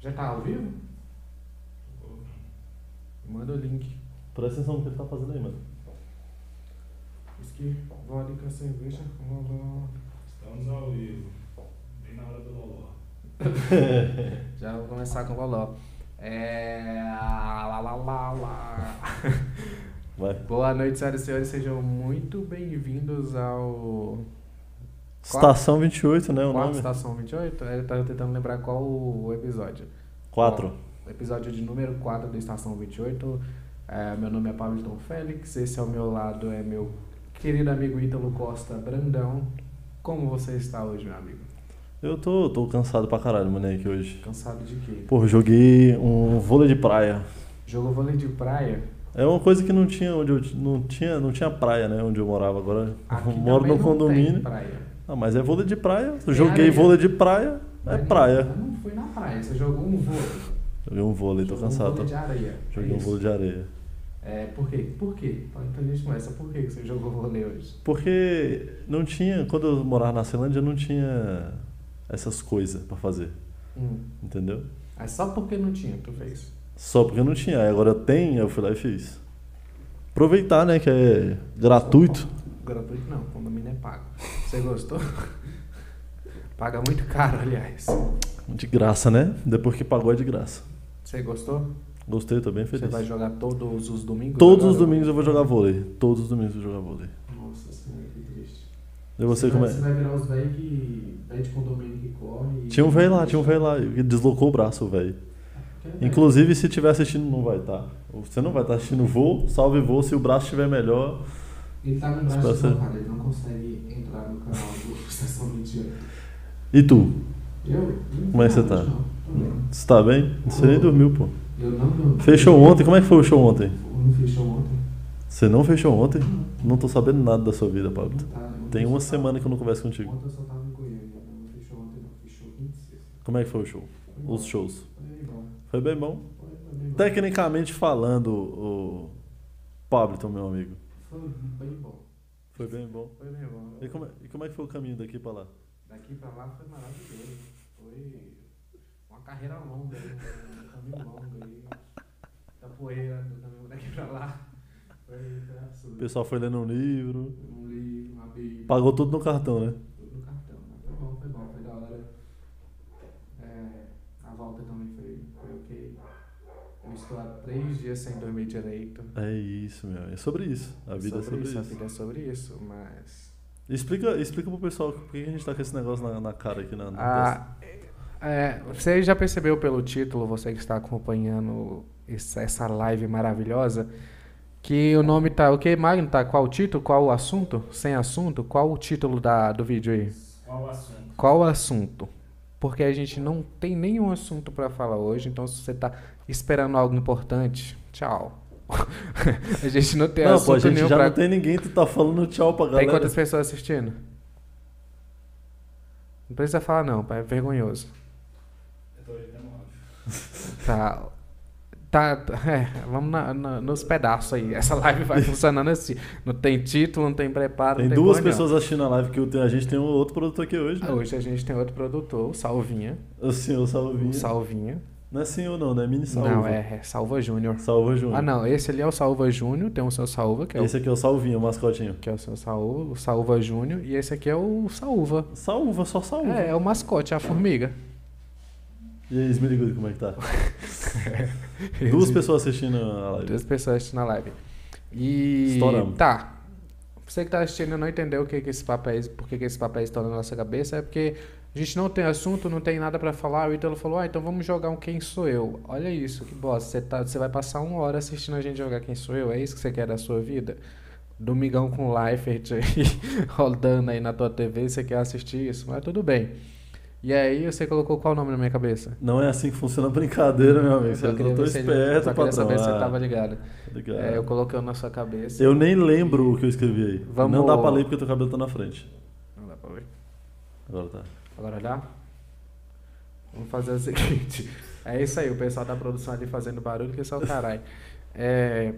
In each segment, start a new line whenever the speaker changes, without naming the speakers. Já tá ao vivo? Manda o link.
Presta atenção no que ele tá fazendo aí, mano.
Whisky, vodka, cerveja, loló.
Estamos ao vivo. Bem na hora do loló.
Já vou começar com loló. É... Lá, lá, lá, lá.
Vai.
Boa noite, senhoras e senhores. Sejam muito bem-vindos ao...
Estação 28, né? O
Quarto
nome?
Estação 28. Eu tava tentando lembrar qual o episódio.
4.
Episódio de número 4 do Estação 28. É, meu nome é Pablo Tom Félix, esse ao meu lado é meu querido amigo Ítalo Costa Brandão. Como você está hoje, meu amigo?
Eu tô, tô cansado pra caralho, moleque, hoje.
Cansado de quê?
Pô, joguei um vôlei de praia.
Jogou vôlei de praia?
É uma coisa que não tinha onde eu não tinha, não tinha praia, né? Onde eu morava agora.
Aqui
eu moro
também
no
não tem
condomínio.
praia.
Ah, mas é vôlei de praia. Eu
Tem
joguei
areia.
vôlei de praia, é
Mas
praia.
Eu não fui na praia, você jogou um vôlei.
Joguei um vôlei, tô
Jogou um
cansado.
vôlei de areia. é
Joguei um
isso.
vôlei de areia.
É, por quê? Por quê? Fala pra gente com essa, por que que você jogou vôlei hoje?
Porque não tinha, quando eu morava na Ceilândia, não tinha essas coisas pra fazer,
Hum.
entendeu?
É só porque não tinha que tu fez.
Só porque não tinha. Aí agora tem, eu fui lá e fiz. Aproveitar, né? Que é gratuito.
Gratuito não, condomínio é pago. Você gostou? Paga muito caro, aliás.
De graça, né? Depois que pagou é de graça.
Você gostou?
Gostei, tô bem feliz.
Você vai jogar todos os domingos?
Todos os
agora?
domingos eu vou jogar vôlei. Todos os domingos eu vou jogar vôlei.
Nossa senhora, que triste.
E você como
vai,
é?
Você vai virar os velhos que. velho de condomínio que corre. e-
Tinha um velho lá, tinha um velho lá. Ele deslocou o braço, velho.
Que velho.
Inclusive, se tiver assistindo, não vai estar. Você não vai estar assistindo o voo, salve voo. Se o braço estiver melhor,
Ele tá com o braço
Espaço-
deslocado, ele não consegue entrar no canal do Estação 28.
E tu?
Eu? Não
Como é que você
tô
tá?
Não, tô bem.
Você tá bem? Você nem dormiu, pô.
Eu não dormi.
Fechou ontem? Como é que foi o show ontem?
Não fechou ontem?
Você não fechou ontem?
Não,
Não tô sabendo nada da sua vida, Pablo.
não tá, não
Tem
tô-
uma semana que eu não converso contigo.
Ontem eu só tava em Goiânia, né? não fechou ontem, não fechou quinta e sexta.
Como é que foi o show?
Foi bom.
Os Tá shows.
Foi bom,
Foi bem bom.
foi bem bom.
Tecnicamente falando, o Pablito, meu amigo.
Foi bem bom.
Foi bem bom.
Foi bem bom.
E como, é, e como é que foi o caminho daqui pra lá?
Daqui pra lá foi maravilhoso. Foi uma carreira longa, aí, um caminho longo aí. Da poeira, do caminho daqui pra lá. Foi foi
O
absurdo.
pessoal foi lendo um livro.
Um livro, uma bíblia.
Pagou tudo no cartão, né?
Tudo no cartão. Mas foi bom, foi bom, foi da hora. É, a volta também foi, foi ok. Eu estou há três dias sem dormir direito.
É isso, meu. amigo. É sobre isso. A vida é
A
sobre isso.
vida é sobre isso, mas.
Explica, explica pro pessoal por que a gente tá com esse negócio na, na cara aqui na. na testa.
Ah, é, você já percebeu pelo título, você que está acompanhando essa, essa live maravilhosa, que o nome tá ok, Magno? Tá qual o título? Qual o assunto? Sem assunto? Qual o título da, do vídeo aí?
Qual o assunto?
Qual o assunto? Porque a gente não tem nenhum assunto para falar hoje, então se você tá esperando algo importante, tchau. a gente não tem
não,
assunto
pô, a gente
nenhum
já
pra...
não tem ninguém, tu tá falando tchau pra
Tem
galera.
quantas pessoas assistindo? Não precisa falar não, pai, é vergonhoso.
Eu tô olhando áudio.
Tá. Tá, tá, é, vamos na- na- nos pedaços aí. Essa live vai funcionando assim. Não tem título, não tem preparo.
Tem
não
duas
coisa
pessoas assistindo a live que eu tenho- a gente tem um outro produtor aqui hoje.
nenhuma.
Né?
Ah, Hoje a gente tem outro produtor, o Salvinha.
O senhor
O
Salvinho.
Salvinha.
Não é senhor não, né? Mini Salva.
Não, é, é Salva Júnior.
Salva Júnior.
Ah, não, esse ali é o Salva Júnior, tem o seu Salva, que é,
Esse aqui é o Salvinho, o mascotinho.
o, que é o seu Saúva, o Salva Júnior, e esse aqui é o Saúva.
Salva, só salva.
É, é o mascote, a formiga.
E aí, Smirigudo, como é que tá? Duas pessoas assistindo a live.
Duas pessoas assistindo a live. E.
Estouramos.
Tá. Você que tá assistindo e não entendeu o que, que esse papéis, por que, que esse papéis estão na nossa cabeça, é porque a gente não tem assunto, não tem nada pra falar. O Ítalo falou: ah, então vamos jogar um Quem Sou Eu. Olha isso, que bosta. Você, tá, você vai passar uma hora assistindo a gente jogar Quem Sou Eu? É isso que você quer da sua vida? Domingão com Liefert aí, rodando aí na tua TV, você quer assistir isso? Mas tudo bem. E aí, você colocou qual nome na minha cabeça?
Não é assim que funciona a brincadeira, meu amigo.
Eu só
Vocês
queria
não tão
ver se ele-
espertos,
só queria
patrão.
saber se você
Ah,
tava ligado.
obrigado.
É, eu
eu...
coloquei na sua cabeça.
nem lembro o que eu escrevi aí.
Vamos-
Não dá pra ler porque o teu cabelo tá na frente.
Não dá pra ver.
Agora tá.
Agora dá? Vamos fazer o seguinte. É isso aí, o pessoal da produção ali fazendo barulho, que só o caralho. É,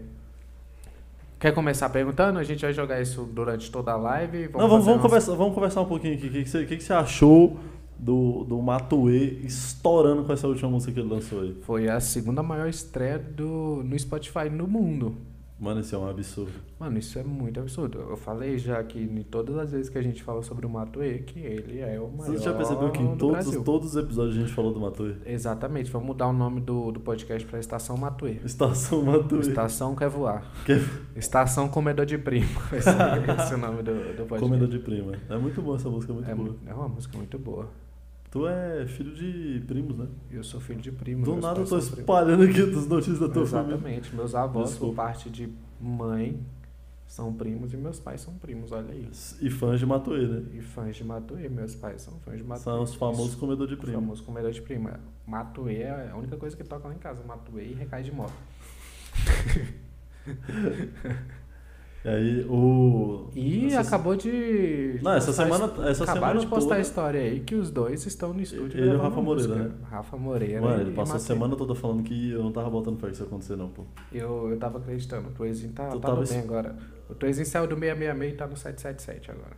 Quer começar perguntando? A gente vai jogar isso durante toda a live.
não,
fazer
vamos, vamos,
umas-
conversar, vamos conversar um pouquinho aqui. O que, que, você, o que que você achou do, do Matuê estourando com essa última música que ele lançou aí.
Foi a segunda maior estreia do, no Spotify no mundo.
Mano, isso é um absurdo.
Mano, isso é muito absurdo. Eu falei já que em todas as vezes que a gente fala sobre o Matuê, que ele é o maior
Você já percebeu que em
do
todos,
Brasil.
todos os episódios a gente falou do Matuê?
Exatamente. Vamos mudar o nome do, do podcast pra Estação Matuê.
Estação Matuê.
Estação Quer Voar.
Quer-
Estação Comedor de Primo. Esse, esse é o nome do, do podcast.
Comedor de prima. É muito boa essa música, é muito
é,
boa.
mu- é uma música muito boa.
Tu é filho de primos, né?
Eu sou filho de primo.
Do
meus
nada eu
pais
tô
são primos.
espalhando aqui as notícias da tua família.
Exatamente. Meus avós, por
Desculpa.
parte de mãe, são primos e meus pais são primos, olha aí.
E fãs de Matuê, né?
E fãs de Matuê, meus pais são fãs de Matuê.
São os famosos
Isso,
comedor de
os
prima.
famosos comedor de prima. Matuê é a única coisa que toca lá em casa. Matuê e recai de moto.
E aí o.
E
essa-
acabou de.
Não, essa
postar
semana. Essa
Acabaram
semana
de postar a
toda...
história aí que os dois estão no estúdio.
Ele e o
gravando
Rafa Moreira, né?
música. Rafa Moreira.
Mano,
e
ele passou a
Matuê.
semana toda falando que eu não tava botando fé que isso ia acontecer, não, pô.
Eu, eu tava acreditando. O Toezinho tá,
Tu
tá
tava
no
es-
bem agora. O Toezinho saiu do 666 e tá no 777 agora.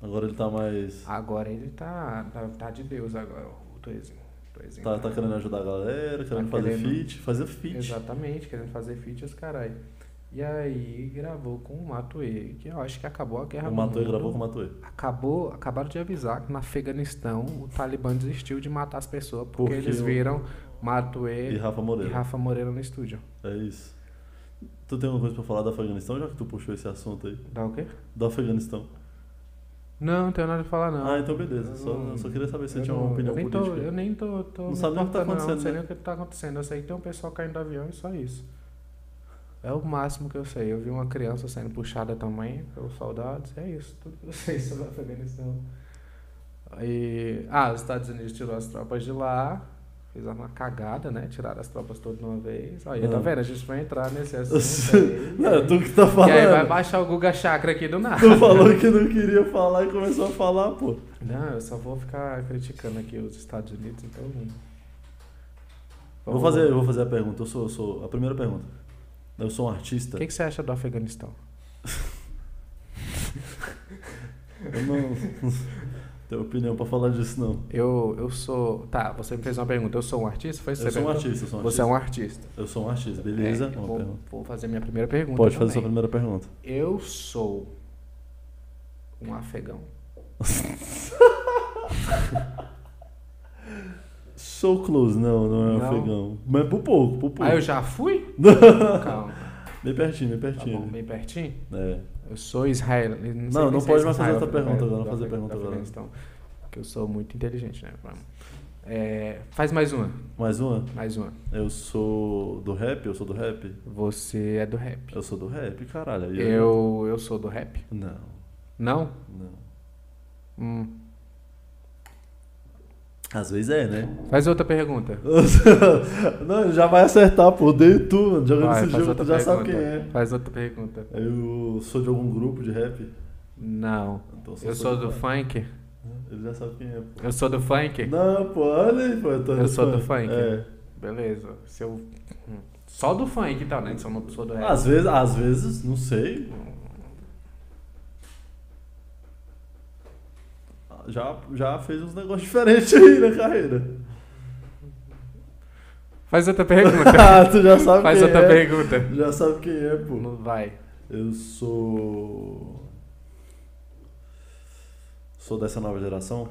Agora ele tá mais.
Agora ele tá, tá, tá de Deus agora, o Toezinho. O Toezinho
Tá, tá querendo ajudar a galera, querendo fazer
Tá querendo.
feat. Fazer feat.
Exatamente, querendo fazer feat os carai. E aí gravou com o Matuê, que eu acho que acabou a guerra
O
no
Matuê
mundo.
gravou com o Matuê.
Acabou, acabaram de avisar que no Afeganistão o Talibã desistiu de matar as pessoas porque,
Porque
eles
o-
viram
E
Matuê
Rafa
e
Moreira.
Rafa Moreira no estúdio.
É isso. Tu tem alguma coisa pra falar do Afeganistão, já que tu puxou esse assunto aí?
Dá o quê?
Do Afeganistão.
Não, não tenho nada pra falar não.
ah, então beleza.
Eu
Só,
não-
só queria saber se você
Eu
tinha uma
não-
opinião
eu nem
política.
Tô, eu nem tô, tô
Não
me
sabe nem o que tá
importando, Não,
acontecendo,
não sei
né?
nem o que tá acontecendo. Eu sei que tem um pessoal caindo do avião e só isso. É o máximo que eu sei. Eu vi uma criança sendo puxada também pelos soldados. É isso. Tudo que eu sei sobre o Afeganistão. E, ah, os Estados Unidos tirou as tropas de lá. Fizeram uma cagada, né? Tiraram as tropas todas de uma vez. Aí, tá
Ah.
vendo? A gente vai entrar nesse assunto. aí.
Não, é tu que tá
E aí vai
falando.
baixar o Guga Chakra aqui do nada.
Tu falou que não queria falar e começou a falar, pô.
Não, eu só vou ficar criticando aqui os Estados Unidos, então.
Vou fazer, eu vou fazer a pergunta. Eu sou, eu sou a primeira pergunta. Eu sou um artista.
O que, que você acha do Afeganistão?
Eu não tenho opinião pra falar disso não.
Eu, eu sou. Tá, você me fez uma pergunta. Eu sou um artista? Foi isso que
Eu
você
sou um
perguntou?
artista, eu sou um
Você é
artista.
um artista.
Eu sou um artista, beleza?
É, eu
Uma
vou,
pergunta.
vou fazer minha primeira pergunta.
Pode fazer sua
também.
primeira pergunta.
Eu sou um afegão.
Sou close, não, não é
Não.
afegão. Mas por pouco, por pouco.
Ah, eu já fui? Calma.
Bem pertinho, bem
Tá
pertinho.
bom, bem pertinho?
É.
Eu sou Israel. eu Não, sei
Não,
nem
não
se
pode
é
mais fazer
Israel,
outra pergunta agora, não
da
fazer
Afeg- da
pergunta agora.
Afeganistão, Porque eu sou muito inteligente, né? Vamos. É, faz mais uma.
Mais uma.
Mais uma.
Eu sou do rap, eu sou do rap.
Você é do rap.
Eu sou do rap, caralho. aí
Eu, eu sou do rap?
Não,
Não?
não.
Hum.
Às vezes é, né?
Faz outra pergunta.
não, ele já vai acertar, pô. Dei tu, mano. Jogando
Vai, faz
esse jogo,
outra
tu já
pergunta.
sabe quem é.
Faz outra pergunta.
Eu sou de algum grupo de rap?
Não.
Então,
Eu sou do funk?
Ele já sabe quem é, pô.
Eu sou do funk?
Não, pô, olha aí, pô. tô-
Eu sou do funk.
É.
Beleza. Se eu... hum. Só do funk, então, né? Se eu não sou do rap.
Às vezes, às vezes, não sei. Já, já fez uns negócios diferentes aí na carreira.
Faz outra pergunta.
Ah, tu já sabe
Faz
quem
outra
é.
pergunta.
Já sabe quem é, pô.
Não vai.
Eu sou. Sou dessa nova geração?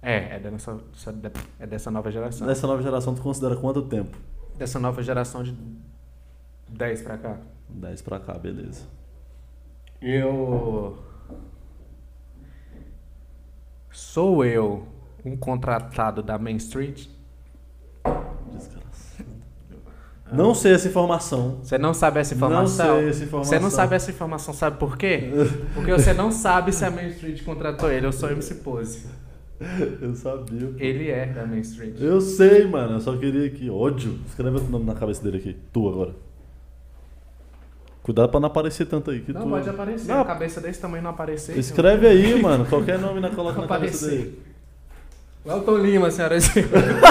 É, é da nossa- dessa, é dessa nova geração.
Dessa nova geração tu considera quanto tempo?
Dessa nova geração de 10 pra cá.
10 pra cá, beleza.
Eu. Sou eu um contratado da Main Street?
Desgraçado. Não sei essa informação.
Você não sabe Ah. essa
Não
informação?
sei essa informação.
Você não sabe essa informação, sabe por quê? Porque você não sabe se a Main Street contratou ele. Eu sou MC Pose.
Eu sabia.
Ele é da Main Street.
Eu sei, mano. Eu só queria que. Ódio. Escreve outro nome na cabeça dele aqui. Tu agora. Cuidado pra não aparecer tanto aí. Que
Não
tu...
pode aparecer.
Não.
A cabeça desse também não aparecer.
Escreve aí, mano. Qualquer nome na coloca
Não
na cabeça
aparecer.
dele.
Elton Lima, senhoras e senhores.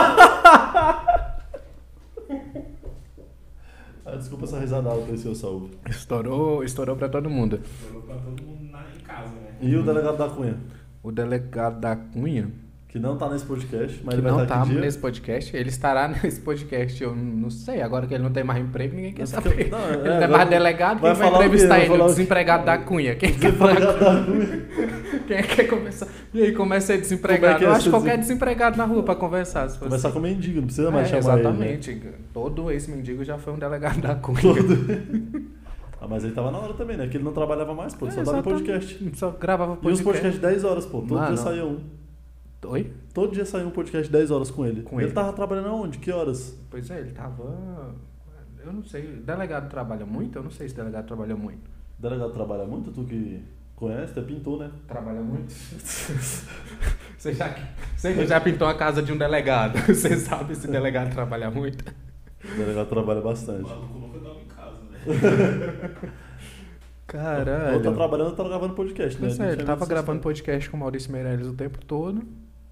Ah, desculpa essa risada alta aí, seu Saúl.
Estourou, estourou pra todo mundo.
Falou pra todo mundo na, em casa, né?
E o delegado da Cunha?
o delegado da Cunha,
Que não tá nesse podcast, mas
que
ele vai
não
estar
tá
aqui em dia.
nesse podcast, ele estará nesse podcast. Eu não sei, agora que ele não tem mais emprego, ninguém quer
Mas
saber.
que- não, é,
ele não é
agora-
mais delegado, quem
vai
vai
falar o quê?
entrevistar
Vai
ele?
falar
O
o quê? É,
desempregado da Cunha. Quem quer
Desempregado da Cunha.
Quem é que começar? E aí, começa aí desempregado.
Como é que é
eu acho
esse
qualquer
desem-
desempregado na rua pra conversar. Se for
Começar com mendigo, não precisa
assim.
mais
É,
chamar ele. né?
Exatamente. Todo ex-mendigo já foi um delegado da Cunha.
Ah, mas ele tava na hora também, né? Que ele não trabalhava mais, pô. Ele só
É,
tava em
exatamente.
podcast.
Só gravava
E os
podcast.
podcasts 10 horas, pô. Todo
Mano.
dia saía um.
Oi?
Todo dia saía um podcast 10 horas com ele.
Com
ele,
ele.
tava trabalhando aonde? Que horas?
Pois é, ele tava. Eu não sei. Delegado trabalha muito? Eu não sei se delegado trabalha muito.
O delegado trabalha muito, tu que conhece, tu é pintor, né?
Trabalha muito? Você já, você que já pintou a casa de um delegado. Você sabe se delegado trabalha muito?
O delegado trabalha
O
bastante.
maluco nunca tava em casa, né?
Ou tá
Caralho.
trabalhando ou tá gravando podcast, né?
Pois
Não
é, ele
tinha
tava
muito
gravando
sustento.
podcast com o Maurício Meirelles o tempo todo.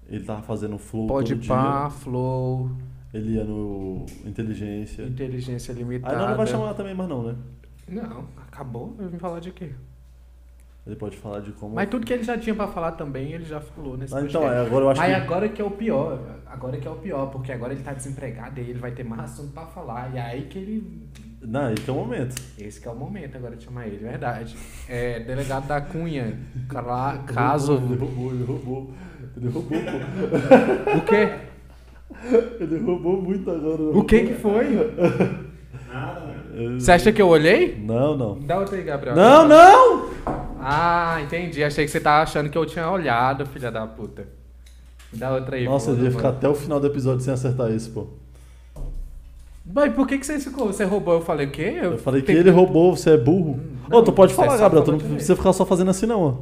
Ele tava fazendo flow
Pode
todo
pá, flow,
dia. Ele ia no Inteligência.
inteligência limitada.
Aí não, não vai chamar também mais não, né?
Não, acabou. Eu vim falar de quê?
Ele pode falar de como...
Mas tudo que ele já tinha pra falar também, ele já falou nesse
Ah,
podcast.
então, é, agora eu acho
Aí
que...
agora que é o pior, agora que é o pior, porque agora ele tá desempregado e aí ele vai ter mais assunto pra falar. E é aí que ele.
Não, esse que é o momento.
Esse que é o momento agora de chamar ele, verdade. É, delegado da Cunha, cala- caso.
Ele roubou, ele roubou. Ele roubou, pô.
O quê?
Ele roubou muito agora. né?
O que que foi?
Nada, né?
Você acha que eu olhei?
É, Não, não.
Dá outra aí, Gabriel.
Não, não!
Ah, entendi. Achei que você tava achando que eu tinha olhado, filha da puta. Me Dá outra aí.
Nossa,
pô,
ele ia
pô.
ficar até o final do episódio sem acertar isso, pô.
Mas por que, que você ficou? Você roubou? Eu falei o quê?
Eu falei que
tenho
ele roubou, você é burro.
não,
Ô, tu pode
você
falar,
só
Gabriel, tu
falou
não
direito.
precisa ficar só fazendo assim, não, ó.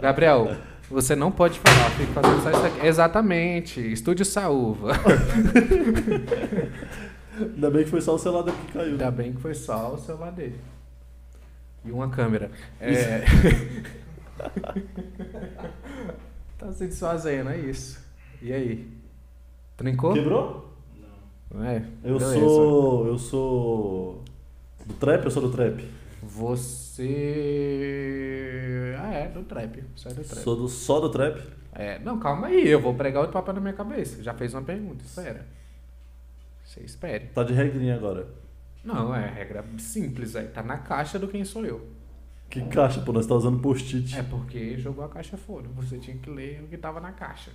Gabriel, você não pode falar. Fica fazendo só isso aqui. Exatamente. Estúdio Saúva.
Ainda bem que foi só o celular dele que caiu.
Ainda bem que foi só o celular dele. E uma câmera. É... tá se desfazendo, é isso. E aí? Trincou?
Quebrou?
Não.
É,
Eu
beleza.
sou. Eu sou. Do trap? Eu sou do trap?
Você. Ah, é, do trap. Você é do trap.
Sou do, só do trap?
É, não, calma aí, eu vou pregar outro papo na minha cabeça. Já fez uma pergunta, espera. Você espere.
Tá de regrinha agora.
Não, é regra simples, aí tá na caixa do quem sou eu.
Que caixa, pô, nós tá usando post-it.
É porque jogou a caixa fora, você tinha que ler o que tava na caixa.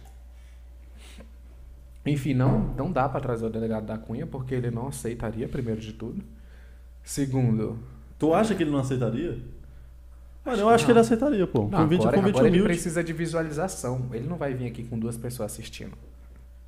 Enfim, não, não dá pra trazer o delegado da Cunha porque ele não aceitaria, primeiro de tudo. Segundo,
Tu acha que ele não aceitaria? Mano,
Acho
eu
que
acho que
não.
ele aceitaria, pô.
não,
convite
agora,
convite
agora ele
humilde.
precisa de visualização. Ele não vai vir aqui com duas pessoas assistindo.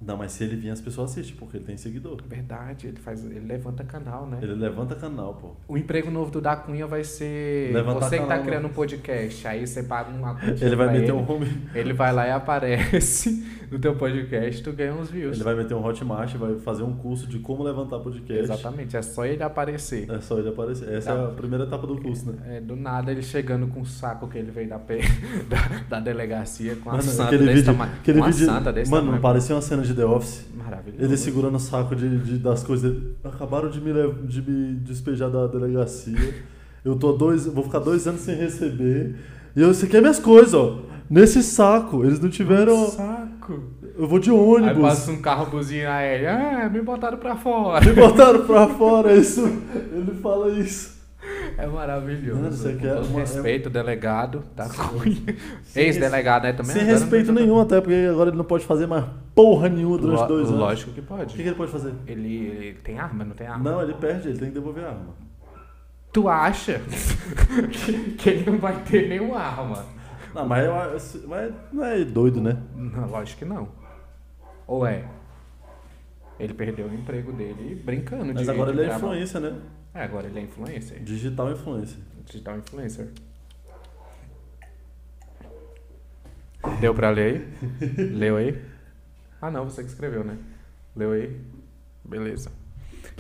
Não, mas se ele vir, as pessoas assistem, porque ele tem seguidor.
Verdade, ele faz, ele levanta canal, né?
Ele levanta canal, pô.
O emprego novo do Da Cunha vai ser
Levantar
você que tá
canal, né?
criando um podcast, aí você paga uma quantia
Ele vai
pra
meter
ele,
um home.
ele vai lá e aparece no teu podcast, tu ganha uns views.
Ele vai meter um hotmart, vai fazer um curso de como levantar podcast.
Exatamente, é só ele aparecer.
É só ele aparecer. Essa
Tá.
é a primeira etapa do curso, né?
É, do nada ele chegando com o saco que ele veio da, pe- da, da delegacia com a
Mano,
santa
aquele
desse
vídeo.
tamanho.
Aquele
uma
vídeo
santa desse
mano,
tamanho.
parecia uma cena de The Office.
Maravilhoso.
Ele segurando o saco de, de- das coisas dele. Acabaram de me, le- de me despejar da delegacia. Eu tô dois. Vou ficar dois anos sem receber. E eu, isso aqui é minhas coisas, ó. Nesse saco. Eles não tiveram.
saco.
Eu vou de
Aí
ônibus.
passa um carro buzina a ele. Ah, me botaram pra fora.
Me botaram pra fora, isso. Ele fala isso.
É maravilhoso.
Mano, você
Com
quer
todo
uma- é
respeito, delegado da Cunha. Ex-delegado, né? Também
Sem
agora não
respeito
tá-
nenhum, até porque agora ele não pode fazer mais porra nenhuma durante
Lo-
dois anos.
Lógico Ah. que
O que, que
pode.
ele pode fazer?
Ele, ele tem arma, não tem arma?
Não, é- ele perde, ele tem que devolver a arma.
Tu acha que, que ele não vai ter nenhuma arma?
Não, mas, eu, acho- mas não é doido, né?
Não, lógico que não. Ou é? Ele perdeu o emprego dele brincando
Mas
de
agora
de
ele é
gravar.
influência, né?
É, agora ele é influencer.
Digital influência.
Digital influencer. Deu pra ler aí? Leu aí? Ah não, você que escreveu, né? Leu aí? Beleza.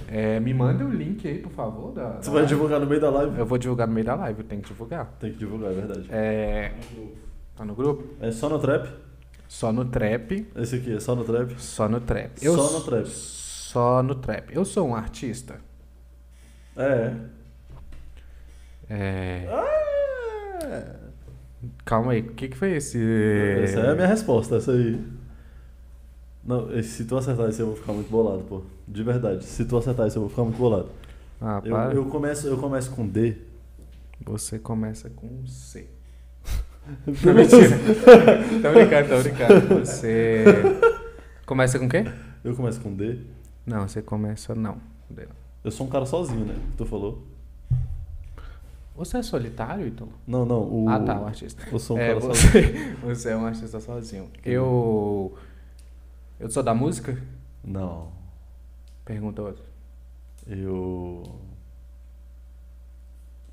É, me manda o link aí, por favor. Da,
Você
da
vai
live.
divulgar no meio da live?
Eu vou divulgar no meio da live, eu tenho que divulgar.
Tem que divulgar, é verdade.
É,
um
tá no grupo?
É só no trap?
Só no trap.
Esse aqui é só no trap?
Só no trap.
Só no trap.
Só no trap. Eu sou um artista.
É.
É.
Ah!
Calma aí, o que, que foi esse.
Essa é a minha resposta, essa aí. Não, esse- se tu acertar isso eu vou ficar muito bolado, pô. De verdade, se tu acertar isso eu vou ficar muito bolado.
Ah,
Eu,
para.
eu começo, eu começo com D.
Você começa com um C. Não, mentira. tô brincando, tô brincando. Você. Começa com o quê?
Eu começo com D.
Não, você começa não.
Eu sou um cara sozinho, né? Tu falou?
Você é solitário, então?
Não, não. O...
Ah, tá, o artista.
Eu sou um
É,
cara sozinho.
você, você é um artista sozinho. Eu. Eu sou da música?
Não.
Pergunta outro.
Eu.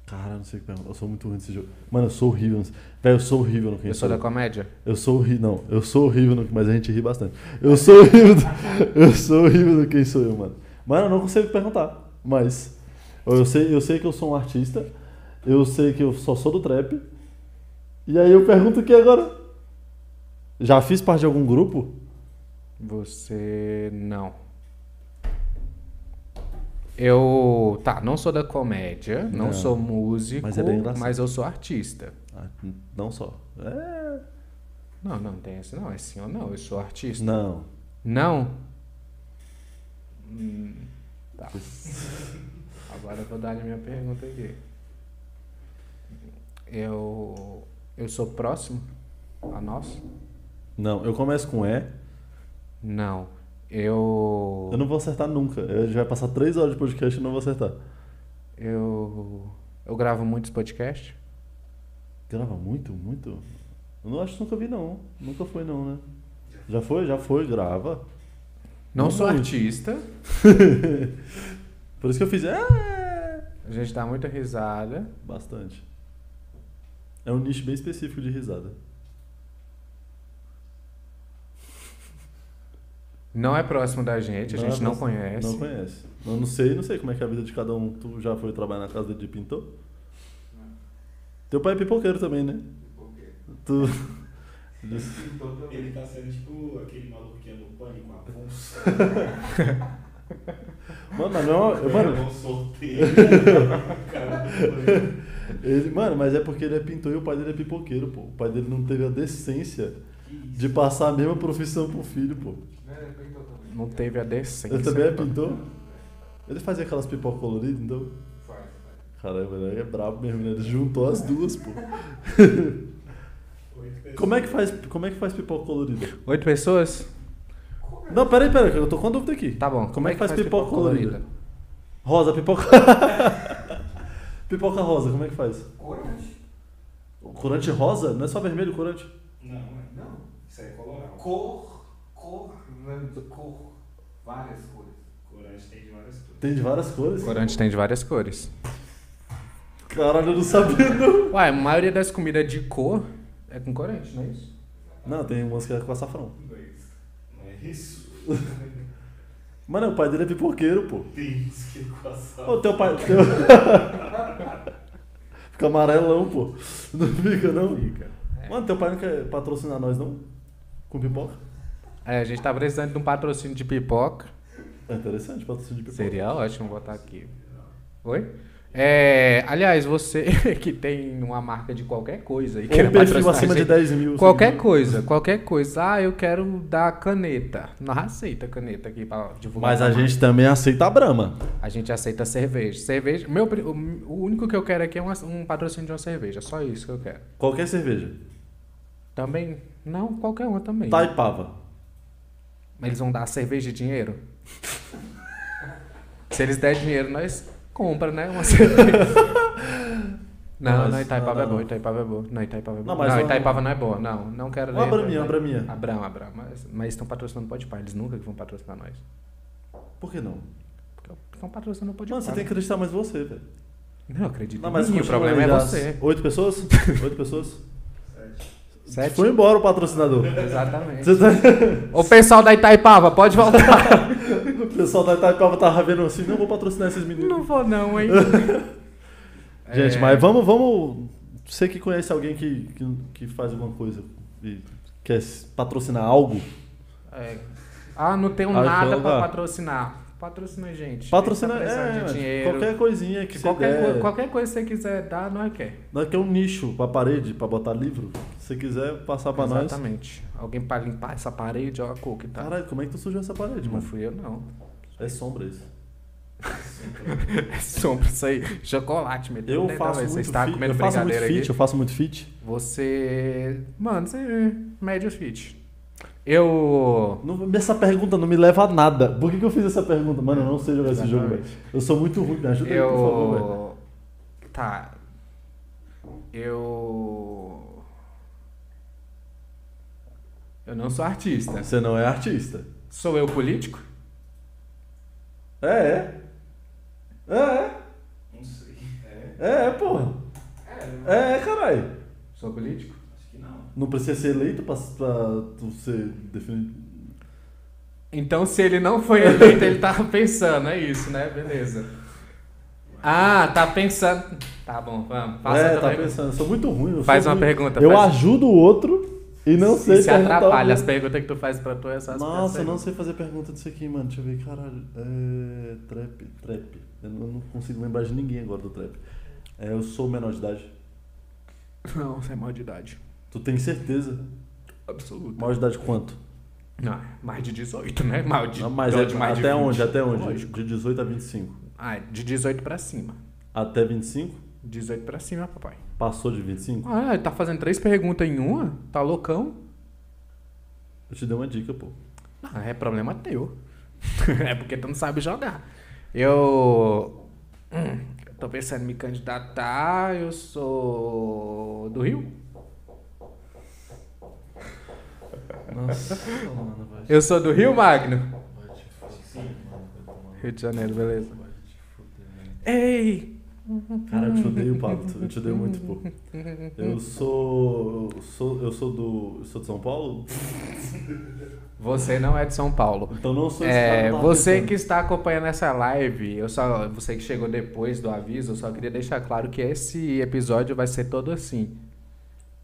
Cara, não sei o que perguntar. Eu sou muito ruim nesse jogo. Mano, eu sou horrível. nesse- Velho, eu sou horrível no que a
Eu
gente
sou da
fala.
comédia?
Eu sou horrível. Não, eu sou horrível no que. Mas a gente ri bastante. Eu sou horrível. do- Eu sou horrível do quem sou eu, mano. Mano, eu não consigo perguntar. Mas. Eu sei, eu sei que eu sou um artista. Eu sei que eu só sou do trap. E aí eu pergunto o que agora? Já fiz parte de algum grupo?
Você não. Eu. Tá, não sou da comédia, não,
Não.
sou músico,
Mas é bem engraçado.
mas eu sou artista.
Ah, n- Não só. É.
Não, não tem esse não, é sim ou não, eu sou artista.
Não.
Não? Hum, tá. Agora eu vou dar a minha pergunta aqui. Eu. Eu sou próximo a nós?
Não, eu começo com E.
Não. Eu.
Eu não vou acertar nunca. Eu já vai passar três horas de podcast e não vou acertar.
Eu. Eu gravo muitos podcasts?
Grava muito, muito? Eu não acho que nunca vi, não. Nunca foi, não, né? Já foi? Já foi, grava.
Não,
Não
sou
muito.
artista.
Por isso que eu fiz. "Ah!"
A gente dá muita risada.
Bastante. É um nicho bem específico de risada.
Não é próximo da gente, a gente
é
não
você-
conhece.
Não conhece. Eu não sei, não sei como é que é a vida de cada um. Tu já foi trabalhar na casa de pintor? Teu pai é pipoqueiro também, né? Tu.
Ele tá sendo tipo aquele maluco que é no pânico, Afonso.
Mano, mas não. é uma- Mano,
Mano, um solteiro. né? Cara,
Ele- mano, mas é porque ele é pintor e o pai dele é pipoqueiro, pô. O pai dele não teve a decência de passar a mesma profissão pro filho, pô.
né?
Não teve a decência.
Ele também é pintor? Ele fazia aquelas pipocas coloridas, então? Caramba, ele é brabo mesmo, né? Ele juntou as duas, pô. Como é que faz, como é que faz pipoca colorida?
Oito pessoas?
Não, peraí, peraí, que eu tô com dúvida aqui.
Tá bom.
Como, é que faz, pipoca, colorida?
colorida?
Rosa, pipoca. pipoca rosa, como é que faz?
Corante.
O Corante rosa? Não é só vermelho o corante?
Não, é- não. Isso aí é colorado.
Cor. Cor. né, Cor. Várias cores.
Corante tem de várias coisas.
Tem de várias cores.
Corante tem de várias cores.
Caralho, eu não sabia, não.
Uai, a maioria das comidas de cor é com corante, não é isso?
Não, tem umas que é com açafrão.
Mas não é isso.
Mano, o pai dele é pipoqueiro, pô.
Tem isso que é com a sala.
Ô, teu pai. Teu... fica amarelão, pô. Não fica, não? Fica. Mano, teu pai não quer patrocinar nós, não? Com pipoca?
É, a gente tá precisando de um patrocínio de pipoca.
É interessante, patrocínio de pipoca.
Seria ótimo botar aqui. Oi? É, aliás, você que tem uma marca de qualquer coisa e
Ou
quer
um perfil
patrocinar
acima
a gente,
de 10 mil.
Qualquer
seguidores.
coisa, qualquer coisa. Ah, eu quero dar caneta. Nós aceita caneta aqui pra divulgar.
Mas a gente também aceita a Brahma.
A gente aceita cerveja. Cerveja. Meu, pri- o, o único que eu quero aqui é uma- um patrocínio de uma cerveja. Só isso que eu quero.
Qualquer cerveja.
Também. Não, qualquer uma também.
Tá Taipava.
Mas eles vão dar cerveja e dinheiro? Se eles der dinheiro, nós compra, né? Uma cerveja. Não,
Mas-
não, Itaipava
não, não,
é boa,
não.
Itaipava é boa. Não, Itaipava é boa.
Não,
Não,
mas uma-
Itaipava não é boa, não. Não quero
Uma
nem-
braminha, uma braminha.
Abrão, Abrão. Mas, mas estão patrocinando o Podpah, eles nunca que vão patrocinar nós.
Por que não?
Porque estão patrocinando o Podpah.
Mano, você tem que acreditar mais em você, velho.
Não, eu acredito
Não,
em
mas
mim, o
continua
problema é
aí, as
você.
Oito pessoas? Oito pessoas?
Sete.
Sete?
Foi embora o patrocinador.
Exatamente.
Você tá-
Ô, pessoal da Itaipava, pode voltar.
O pessoal da Itaipava tava vendo assim, não vou patrocinar esses meninos.
não vou não, hein.
Gente,
É,
mas vamos, vamos. Você que conhece alguém que, que, que faz alguma coisa e quer s- patrocinar algo,
é. Ah, não tenho
Ah,
nada
então
pra
dá.
patrocinar. Patrocina a gente.
Patrocina,
A gente tá
é,
precisando de dinheiro.
qualquer coisinha que você
Qualquer,
der.
co- qualquer coisa que você quiser dar, nós quer.
Daqui é um nicho pra parede, pra botar livro. Se você quiser passar pra nós.
Exatamente. tá. Alguém pra limpar essa parede, ó, a coca e tal.
Caralho, como é que tu sujou essa parede,
não
mano?
fui eu, não.
É sombra isso.
É sombra isso aí. Chocolate, meu
Eu
Deus. Não,
faço
mas Você
muito
está
fit,
comendo
eu faço muito
brigadeiro aqui.
fit, eu faço muito fit.
Você. Mano, você é médio fit. Eu.
Não- essa pergunta não me leva a nada. Por que, que eu fiz essa pergunta? Mano, eu não sei jogar esse jogo, velho.
Exatamente.
Eu sou muito ruim, me ajuda aí, por favor, velho.
Eu. Tá. Eu. Eu não sou artista.
Você não é artista.
Sou eu político?
É, é. É, é.
Não sei. É?
É, é, porra.
É,
É, é, caralho.
Sou político?
Acho que não.
Não precisa ser eleito pra, pra tu ser definido.
Então, se ele não foi eleito, ele tava pensando, é isso, né? Beleza. Ah, tá pensando. Tá bom, vamos. Faça
é,
outra
tá
pergunta.
pensando. Eu sou muito ruim. eu
Faz
sou
uma
ruim.
pergunta,
Eu
faz-
ajudo o outro e não sei
E se
perguntar
atrapalha as
alguma-
perguntas que tu faz pra tu, essas
Nossa, eu não
perguntas.
sei fazer pergunta disso aqui, mano. Deixa eu ver, caralho. É. Trap, trap. Eu não eu não consigo lembrar de ninguém agora do trap. É, eu sou menor de idade.
Não, você é maior de idade.
Tu tem certeza?
Absoluto.
Maior de idade quanto?
Não, mais de 18, né? Mais de,
Não, mas
não,
é,
de mais de
até
20.
onde? Até onde?
Lógico.
De 18 a 25.
Ah, de 18 pra cima.
Até 25?
18 pra cima, papai.
Passou de 25?
Ah, ele tá fazendo três perguntas em uma? Tá loucão?
Eu te dei uma dica, pô.
Ah, é problema teu. é porque tu não sabe jogar. Eu. hum, tô pensando em me candidatar. Eu sou. do Rio?
Nossa, mano, vai.
Eu sou do Rio, Magno?
Vai te fuder, mano. Vai tomar no
Rio de Janeiro, beleza.
cu, vai te fuder, mano.
Ei!
Caralho, eu te odeio, Pablo. Eu te odeio muito, pô. Eu sou. Eu sou, eu sou do. Eu sou de São Paulo?
Você não é de São Paulo.
Então não sou esse cara
É,
tava
você
pensando.
que está acompanhando essa live, eu só, você que chegou depois do aviso, eu só queria deixar claro que esse episódio vai ser todo assim.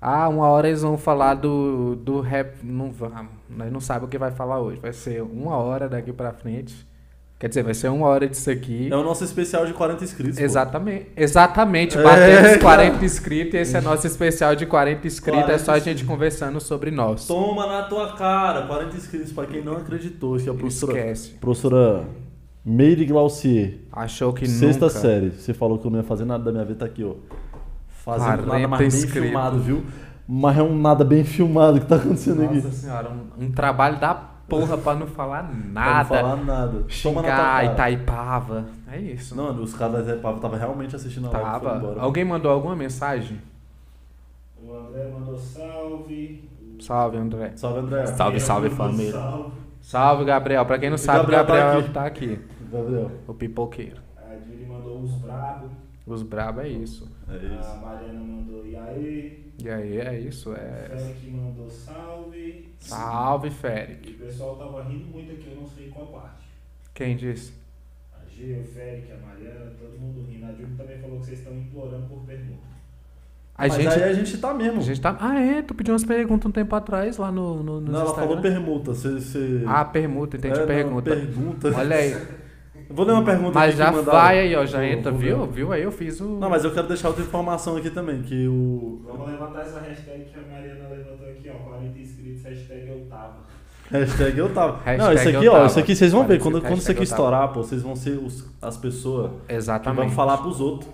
Ah, uma hora eles vão falar do, do rap. Não vamos, nós não sabemos o que vai falar hoje. Vai ser uma hora daqui pra frente. Quer dizer, vai ser uma hora disso aqui.
É o nosso especial de 40 inscritos. pô.
Exatamente, exatamente,
É,
batemos
cara.
40 inscritos e esse é nosso especial de 40 inscritos, é só a
40
gente conversando sobre nós.
Toma na tua cara, 40 inscritos. Pra quem não acreditou, que é a professora.
Esquece.
Professora Meire Glaucier,
Achou que
sexta
nunca.
série. Você falou que eu não ia fazer nada da minha vida, tá aqui, ó. Fazendo nada
40
mais
inscritos.
bem filmado, viu? Mas é um nada bem filmado que tá acontecendo
Nossa
aqui.
senhora, um, um trabalho da porra pra não falar
Pra
nada.
Não falar nada. Toma na tua
Xingar, tá
cara.
Itaipava. É isso.
Não, os caras da Zé Pava tava realmente assistindo a live. e foi
Tava.
embora.
Alguém mandou alguma mensagem?
O André mandou salve. O
Salve, André.
Salve, André.
Gabriel
Salve, salve,
mandou
família.
Salve.
Salve, Gabriel. Pra quem não
O
sabe,
Gabriel tá
Gabriel, é o que
aqui.
tá aqui.
Gabriel.
O pipoqueiro.
A Julie É, mandou uns brabo.
Os brabo é isso.
É
A
isso.
Mariana mandou e aí.
E aí, é isso.
O
É...
Félix mandou salve.
Salve,
E
Féric.
o pessoal tava rindo muito aqui, eu não sei qual parte.
Quem disse?
A G, o Félix, a Mariana, todo mundo rindo. A Júlia também falou que vocês estão implorando por pergunta.
A
Mas
gente,
aí a gente tá mesmo.
a gente tá... Ah, é? Tu pediu umas perguntas um tempo atrás lá no, no, nos
Não, ela falou
Instagram.
permuta. Você, você...
Ah, permuta. Entendi,
É, não,
pergunta.
pergunta.
Olha aí.
Eu Vou ler uma pergunta
Mas
aqui
já
que mandaram.
vai aí, ó, já
Vou-
entra,
vou
viu?
ler.
Viu aí, eu fiz o...
Não, mas eu quero deixar outra informação aqui também, que o...
Vamos levantar essa hashtag que a Mariana levantou aqui, ó. 40 inscritos, hashtag eu tava.
Hashtag eu tava. não,
Hashtag
isso aqui,
eu
ó,
tava.
isso aqui vocês vão ver.
Parece
Quando,
que
quando isso aqui
hashtag eu tava.
estourar, pô, vocês vão ser os- as pessoas que
Exatamente.
vão falar pros outros.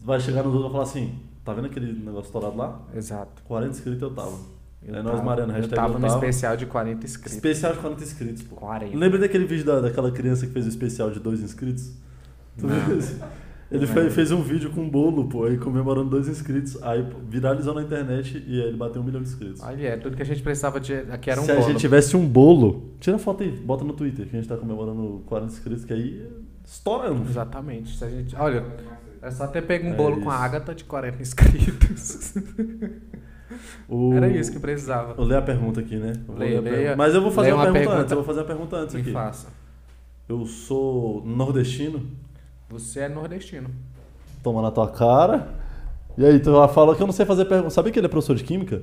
Vai chegar nos outros e vai falar assim, tá vendo aquele negócio estourado lá?
Exato.
40 inscritos eu tava.
Eu
é nóis,
tava-
Mariana,
Eu
hashtag
tava
eu
no
tava.
especial de 40 inscritos.
Especial de 40 inscritos, pô.
40.
Lembra daquele vídeo da, daquela criança que fez o especial de dois inscritos? Tu
Não.
viu esse? Ele fe- fez um vídeo com um bolo, pô, aí comemorando dois inscritos, aí pô, viralizou na internet e aí ele bateu um milhão de inscritos.
Olha, é tudo que a gente precisava de... Aqui era um
Se
bolo.
a gente tivesse um bolo, tira a foto aí, bota no Twitter que a gente tá comemorando 40 inscritos, que aí estouramos.
Exatamente. Se a gente... Olha, é só ter pego um
um. É
bolo
isso.
com a Agatha de 40 inscritos.
O...
Era isso que precisava.
Eu leio a pergunta aqui, né? Eu vou
Leia,
ler a pergunta.
leia.
Mas eu vou fazer
Leia
uma,
uma
pergunta,
pergunta.
antes, eu vou fazer uma pergunta antes
Me
aqui.
faça.
Eu sou nordestino,
Você é nordestino.
toma na tua cara. E aí, tu fala que eu não sei fazer pergunta. Sabe que ele é professor de química?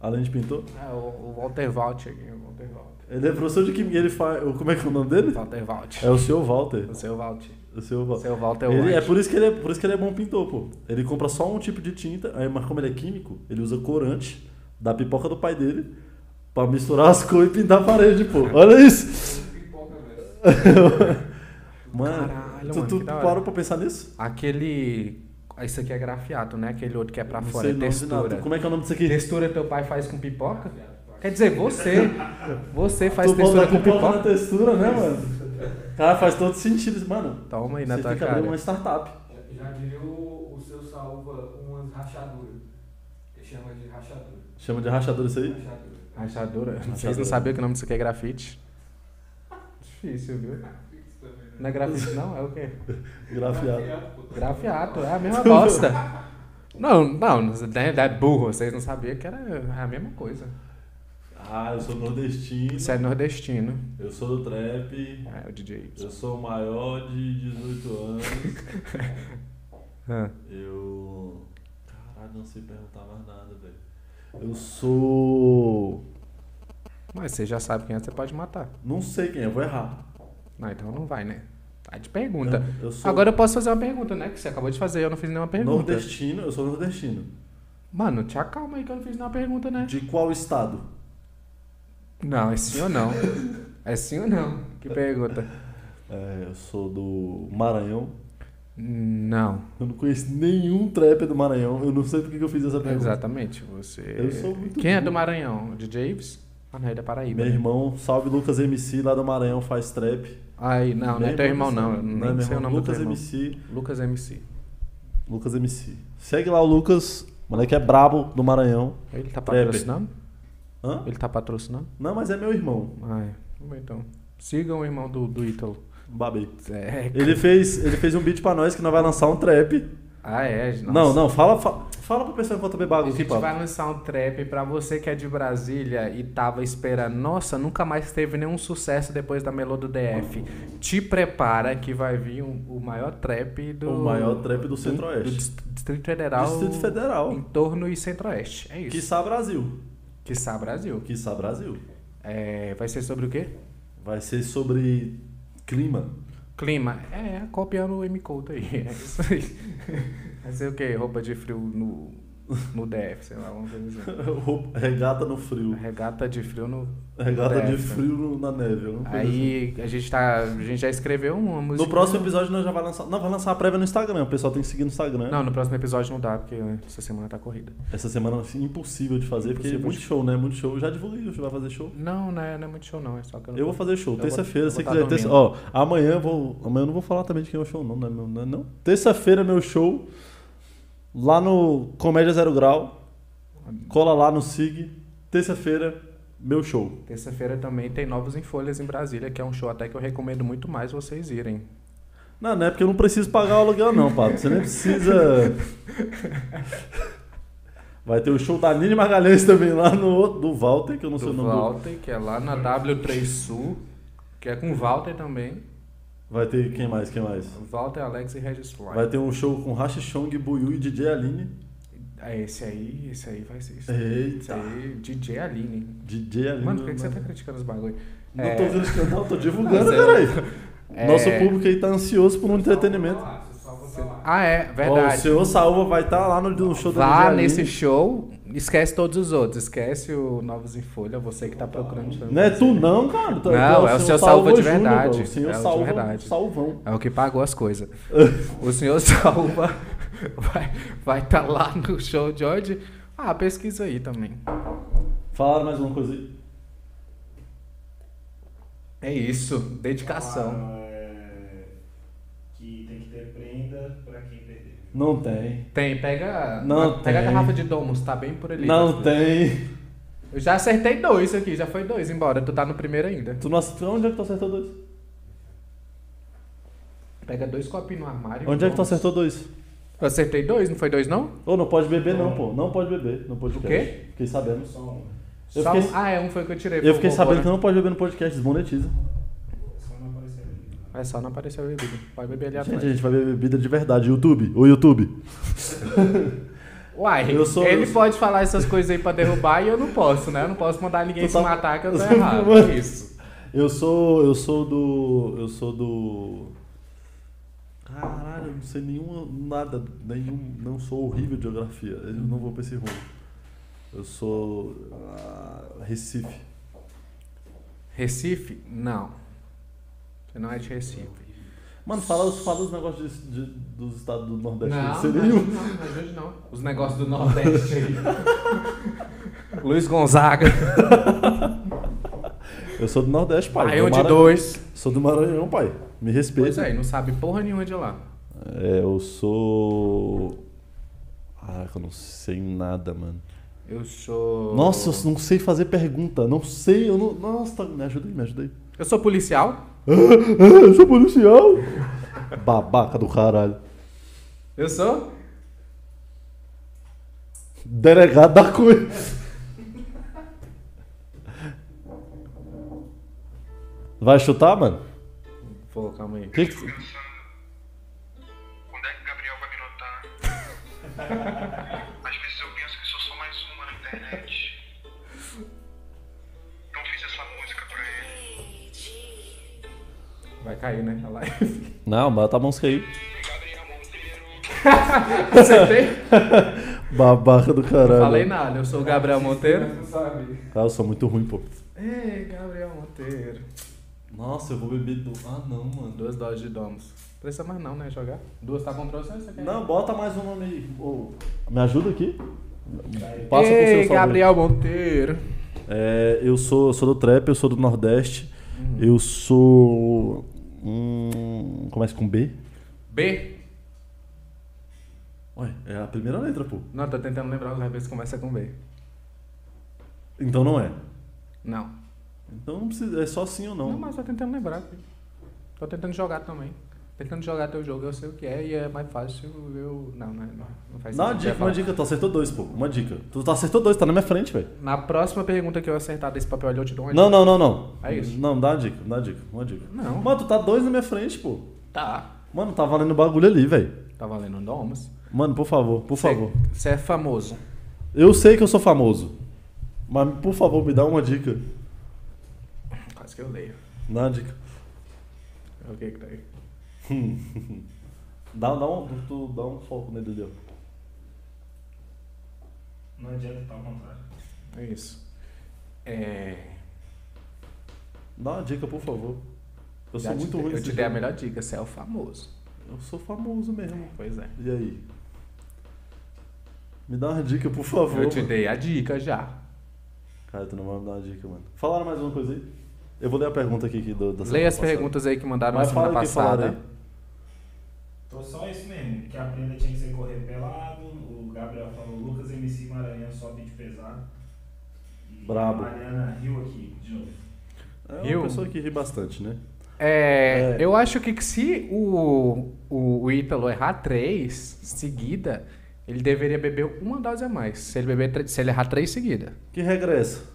Além de pintor.
É, o, o Walter Valt aqui, o Walter Valt.
Ele é professor de química, ele faz. Como é que é o nome dele?
Walter Valt.
É o seu Walter.
O seu Valt.
O seu
O
Walter.
seu Valt é o
Ele, é
White.
por isso que ele é por isso que ele é bom pintor, pô. Ele compra só um tipo de tinta, aí mas como ele é químico, ele usa corante da pipoca do pai dele pra misturar as cores e pintar a parede, pô. Olha isso.
Pipoca mesmo.
Mano,
Caralho,
tu,
mano,
tu
que da hora.
parou pra pensar nisso?
Aquele. Isso aqui é grafiato, né? Aquele outro que é pra
Não
fora,
sei
é
o nome de
textura.
nada. Como é que é o nome disso aqui?
Textura teu pai faz com pipoca? Quer dizer, você. Você faz
tu
textura
bota
com
na
pipoca?
textura, né, mano? Cara, faz todo sentido isso, mano.
Toma aí na
Você
tua
tem que abrir uma
cara.
startup.
Já- Já diria o, o seu salva umas rachaduras. Ele chama de rachadura.
Chama de rachador isso aí?
Rachadura.
Rachadura. Vocês não
Rachadura.
sabiam que o nome disso aqui é grafite? Difícil, viu?
Fixo também, né?
Não é grafite, não? É o quê?
Grafiado.
pô.
Grafiato, é a mesma bosta. Não, não, né, é burro, vocês não sabiam que era a mesma coisa.
Ah, eu sou nordestino.
Isso é nordestino.
Eu sou do trap.
É, o DJ.
Eu sou maior de 18 anos.
Ah,
Eu. Caralho, não sei perguntar mais nada, velho. Eu sou.
mas você já sabe quem é, você pode matar.
Não sei quem é, vou errar.
Não, então não vai, né? Tá de pergunta.
Eu, eu sou
Agora eu posso fazer uma pergunta, né? Que você acabou de fazer, eu não fiz nenhuma pergunta.
nordestino, eu sou nordestino.
Mano, te acalma aí que eu não fiz nenhuma pergunta, né?
De qual estado?
Não, é sim ou não. É sim ou não? Que pergunta.
É, eu sou do Maranhão.
Não.
Eu não conheço nenhum trapper do Maranhão. Eu não sei porque que eu fiz essa pergunta.
Exatamente, você.
Eu sou muito
Quem é
burro.
do Maranhão? O DJ Ives? Ah, não, é da Paraíba.
Meu
né?
irmão, salve Lucas MC, lá do Maranhão, faz trap.
Ai, não, não é
Meu
teu irmão, não. Eu
é
Nem
meu
sei o
irmão,
nome do teu
Lucas
irmão.
MC.
Lucas MC.
Lucas MC. Segue lá o Lucas, moleque é brabo do Maranhão.
Ele tá
Trapper.
patrocinando?
Hã?
Ele tá patrocinando?
Não, mas é meu irmão.
Ai, vamos então. Sigam o irmão do, do Ítalo.
Babei.
É,
Ele fez, ele fez um beat pra nós que nós vai lançar um trap.
Ah, é? Nossa.
Não, não, fala, fala, fala pra pessoa enquanto eu bebo
A
água aqui,
gente
papo.
vai lançar um trap pra você que é de Brasília e tava esperando. Nossa, nunca mais teve nenhum sucesso depois da Melô do DF. Te prepara que vai vir um- o maior trap do.
O maior trap do
Do,
Centro-Oeste.
Dist- Distrito Federal.
Distrito Federal.
Em torno e Centro-Oeste. É isso.
Quiçá Brasil.
Que Brasil.
Quiçá Brasil.
É, vai ser sobre o quê?
Vai ser sobre clima.
Clima. É, copiando o M Couto aí. É isso aí. Vai ser o quê? Roupa de frio no, no DF, sei lá, vamos dizer.
Roupa- Regata no frio.
Regata de frio no.
Regata de
DF.
frio no- na neve. alguma coisa
Aí a gente tá. A gente já escreveu uma
assim.
música.
No próximo episódio nós já vai lançar. Não, vai lançar a prévia no Instagram. O pessoal tem que seguir no Instagram.
Não, no próximo episódio não dá, porque né, essa semana tá corrida.
Essa semana assim, impossível de fazer, porque é
Impossível
muito show, né? Muito show. Eu já divulguei, você vai fazer show.
Não, não é, não é muito show, não. É só que eu não
Eu
tô-
vou fazer show,
Eu vou-
terça-feira,
eu
se
vou tá
quiser. é Terça, ó, amanhã eu vou. Amanhã eu não vou falar também de quem é o show, não, não é meu, não. é não. Terça-feira é meu show. Lá no Comédia Zero Grau. Cola lá no SIG. Terça-feira, meu show.
Terça-feira também tem Novos em Folhas em Brasília, que é um show até que eu recomendo muito mais vocês irem.
Não, não é porque eu não preciso pagar o aluguel, não, Pato. Você nem precisa. Vai ter o show da Nini Magalhães também lá no outro- do Walter, que eu não sei
Do
o nome do.
Walter, que é lá na W3 Sul, que é com Walter também.
Vai ter quem mais? Quem mais?
Walter, Alex e Regis Fly.
Vai ter um show com Racha Chong, Buiu e DJ Aline.
É esse aí, esse aí vai ser isso. Esse
um- Eita!
aí, DJ Aline.
DJ Aline.
Mano, por que, que você
mano.
tá criticando os bagulho?
Não
É.
tô vendo esse canal, tô divulgando,
Mas é-
peraí.
É.
Nosso público aí tá ansioso por um entretenimento.
Salva tá lá, salva tá lá.
Ah, é,
Ó, o
verdade.
senhor Saúva vai estar lá no, no show
Vá
da DJ
nesse
Aline.
show, esquece todos os outros. Esquece o Novos em Folha, você que tá procurando.
Não é tu não, cara.
Não,
Tu- tu
é o
senhor
senhor Saúva de
Júnior,
verdade.
bro. O senhor
É o de
Saúva
verdade.
Salvão.
É o que pagou as coisas. o senhor Salva vai vai tá lá no show de hoje. Ah, pesquisa aí também.
Falaram mais uma coisa aí?
É isso, dedicação.
Falaram, é, que tem que ter prenda pra quem perder.
Não tem.
Tem, pega,
Não
pega
tem.
a garrafa de Domus, tá bem por ali.
Não
Tá-
tem.
Eu já acertei dois aqui, já foi dois embora, tu tá no primeiro ainda.
Tu não acertou? Onde é que tu acertou dois?
Pega dois copinhos no armário.
Onde é que tu
Domus.
acertou dois?
Eu acertei dois, não foi dois não?
Ô, não pode beber não, pô. Não pode beber no podcast.
quê?
Fiquei sabendo.
Só um.
Eu
Só
fiquei-
um- Ah, é, um foi que eu tirei.
Eu fiquei
Vovô,
sabendo
né?
que não pode beber no podcast, desmonetiza.
Só não aparecer ali.
É só não aparecer o bebida. Pode beber ali
Gente,
atrás.
a gente vai beber bebida de verdade. YouTube, o YouTube.
Uai,
Eu sou-
ele
eu-
pode falar essas coisas aí pra derrubar e eu não posso, né? Eu não posso mandar ninguém
Tu
se
tá-
matar que eu tô
Você-
errado.
Mano.
Isso.
Eu sou. Eu sou do. Eu sou do. Caralho, eu não sei nenhuma. nada. Nenhum. Não sou horrível de geografia. Eu não vou pra esse rumo. Eu sou. ah, Recife.
Recife? Não. Você não é de Recife.
Mano, fala, os- fala os negócios de- de- dos estados do Nordeste.
Não,
Não, sei
não,
nenhum.
não, não ajude não. Os negócios do Nordeste aí. Luiz Gonzaga.
Eu sou do Nordeste, pai. né?
Aí
Do
um de
Mara-
dois.
Sou do Maranhão, pai. Me
Pois
respeita.
é, e não sabe porra nenhuma de lá.
É, eu sou. Ah, que eu não sei nada, mano.
Eu sou.
Nossa, eu não sei fazer pergunta. Não sei, eu não. Nossa, me ajuda aí, me ajuda aí.
Eu sou policial?
Eu sou policial! Babaca do caralho.
Eu sou?
Delegado da coisa. Vai chutar, mano?
Pô, calma aí.
Que que-
Quando é que o Gabriel vai me notar? Às vezes eu penso que sou só mais uma na internet. Então fiz essa música pra ele.
Vai cair, né? A live.
Não, bota a música aí.
Gabriel Monteiro.
Acertei?
Babaca do caralho.
Falei né? nada, eu sou o Gabriel
Mas
Monteiro.
não sabe.
Ah, eu sou muito ruim, pô.
Ei, Gabriel Monteiro.
Nossa, eu vou beber do. Ah, não, mano.
Duas doses de Domus. Precisa mais não, né? Jogar? Duas tá com trouxa, você quer?
Não, bota mais um nome aí. Ô, me ajuda aqui?
Aí,
Passa pro seu
Ei,
favorito.
Gabriel Monteiro.
É, eu sou, eu sou do trap, eu sou do Nordeste. Eu sou. Hum, começa com B?
B.
Ué, é a primeira letra, pô.
Não, tô tentando lembrar, às vezes começa com B.
Então não é.
Não.
Então não precisa. É só sim ou não.
Não, mas tô tentando lembrar. aqui. Tô tentando jogar também. Tentando jogar teu jogo, eu sei o que é e é mais fácil eu. Não, não, é- não, não faz
Dá uma
sentido. Eu
dica,
ia
uma
falar.
dica. Tu acertou dois, pô. Uma dica. Tu tá acertou dois, tá na minha frente, velho.
Na próxima pergunta que eu acertar desse papel ali, eu te dou uma
Não, não, não, não.
É isso.
Não, dá uma dica, dá uma dica, uma dica.
Não.
Mano, tu tá dois na minha frente, pô.
Tá.
Mano, tá valendo o bagulho ali, velho.
Tá valendo um Domus.
Mano, por favor, por favor.
Você é famoso.
Eu sei que eu sou famoso. Mas por favor, me dá uma dica.
Quase que eu leio.
Dá uma dica.
É O que que tá aí?
Dá, dá, um, tu, dá um foco nele ali, ó.
Não adianta estar ao contrário.
É isso. É.
Dá uma dica, por favor. Eu
já
sou
te
muito
dei-
ruim
Eu
nesse
te dei a
jogo.
melhor dica, você é o famoso.
Eu sou famoso mesmo.
Pois é.
E aí? Me dá uma dica, por favor.
eu te
mano.
dei a dica já.
Cara, tu não vai me dar uma dica, mano. Falaram mais uma coisa aí? Eu vou ler a pergunta aqui, que do, da semana
Leia as
passada.
perguntas aí que mandaram
Mas
na semana
fala o que falaram né?
passada.
aí.
Então só isso mesmo, que a prenda tinha que ser correr pelado, o Gabriel falou, Lucas MC Maranhão sobe de pesado. E
Brabo.
A Mariana riu aqui, de novo.
É uma
Eu?
pessoa que ri bastante, né?
É,
É.
Eu acho que se o, o, o Ítalo errar três seguida, ele deveria beber uma dose a mais. Se ele, beber, tre- se ele errar três seguida.
Que é regressa?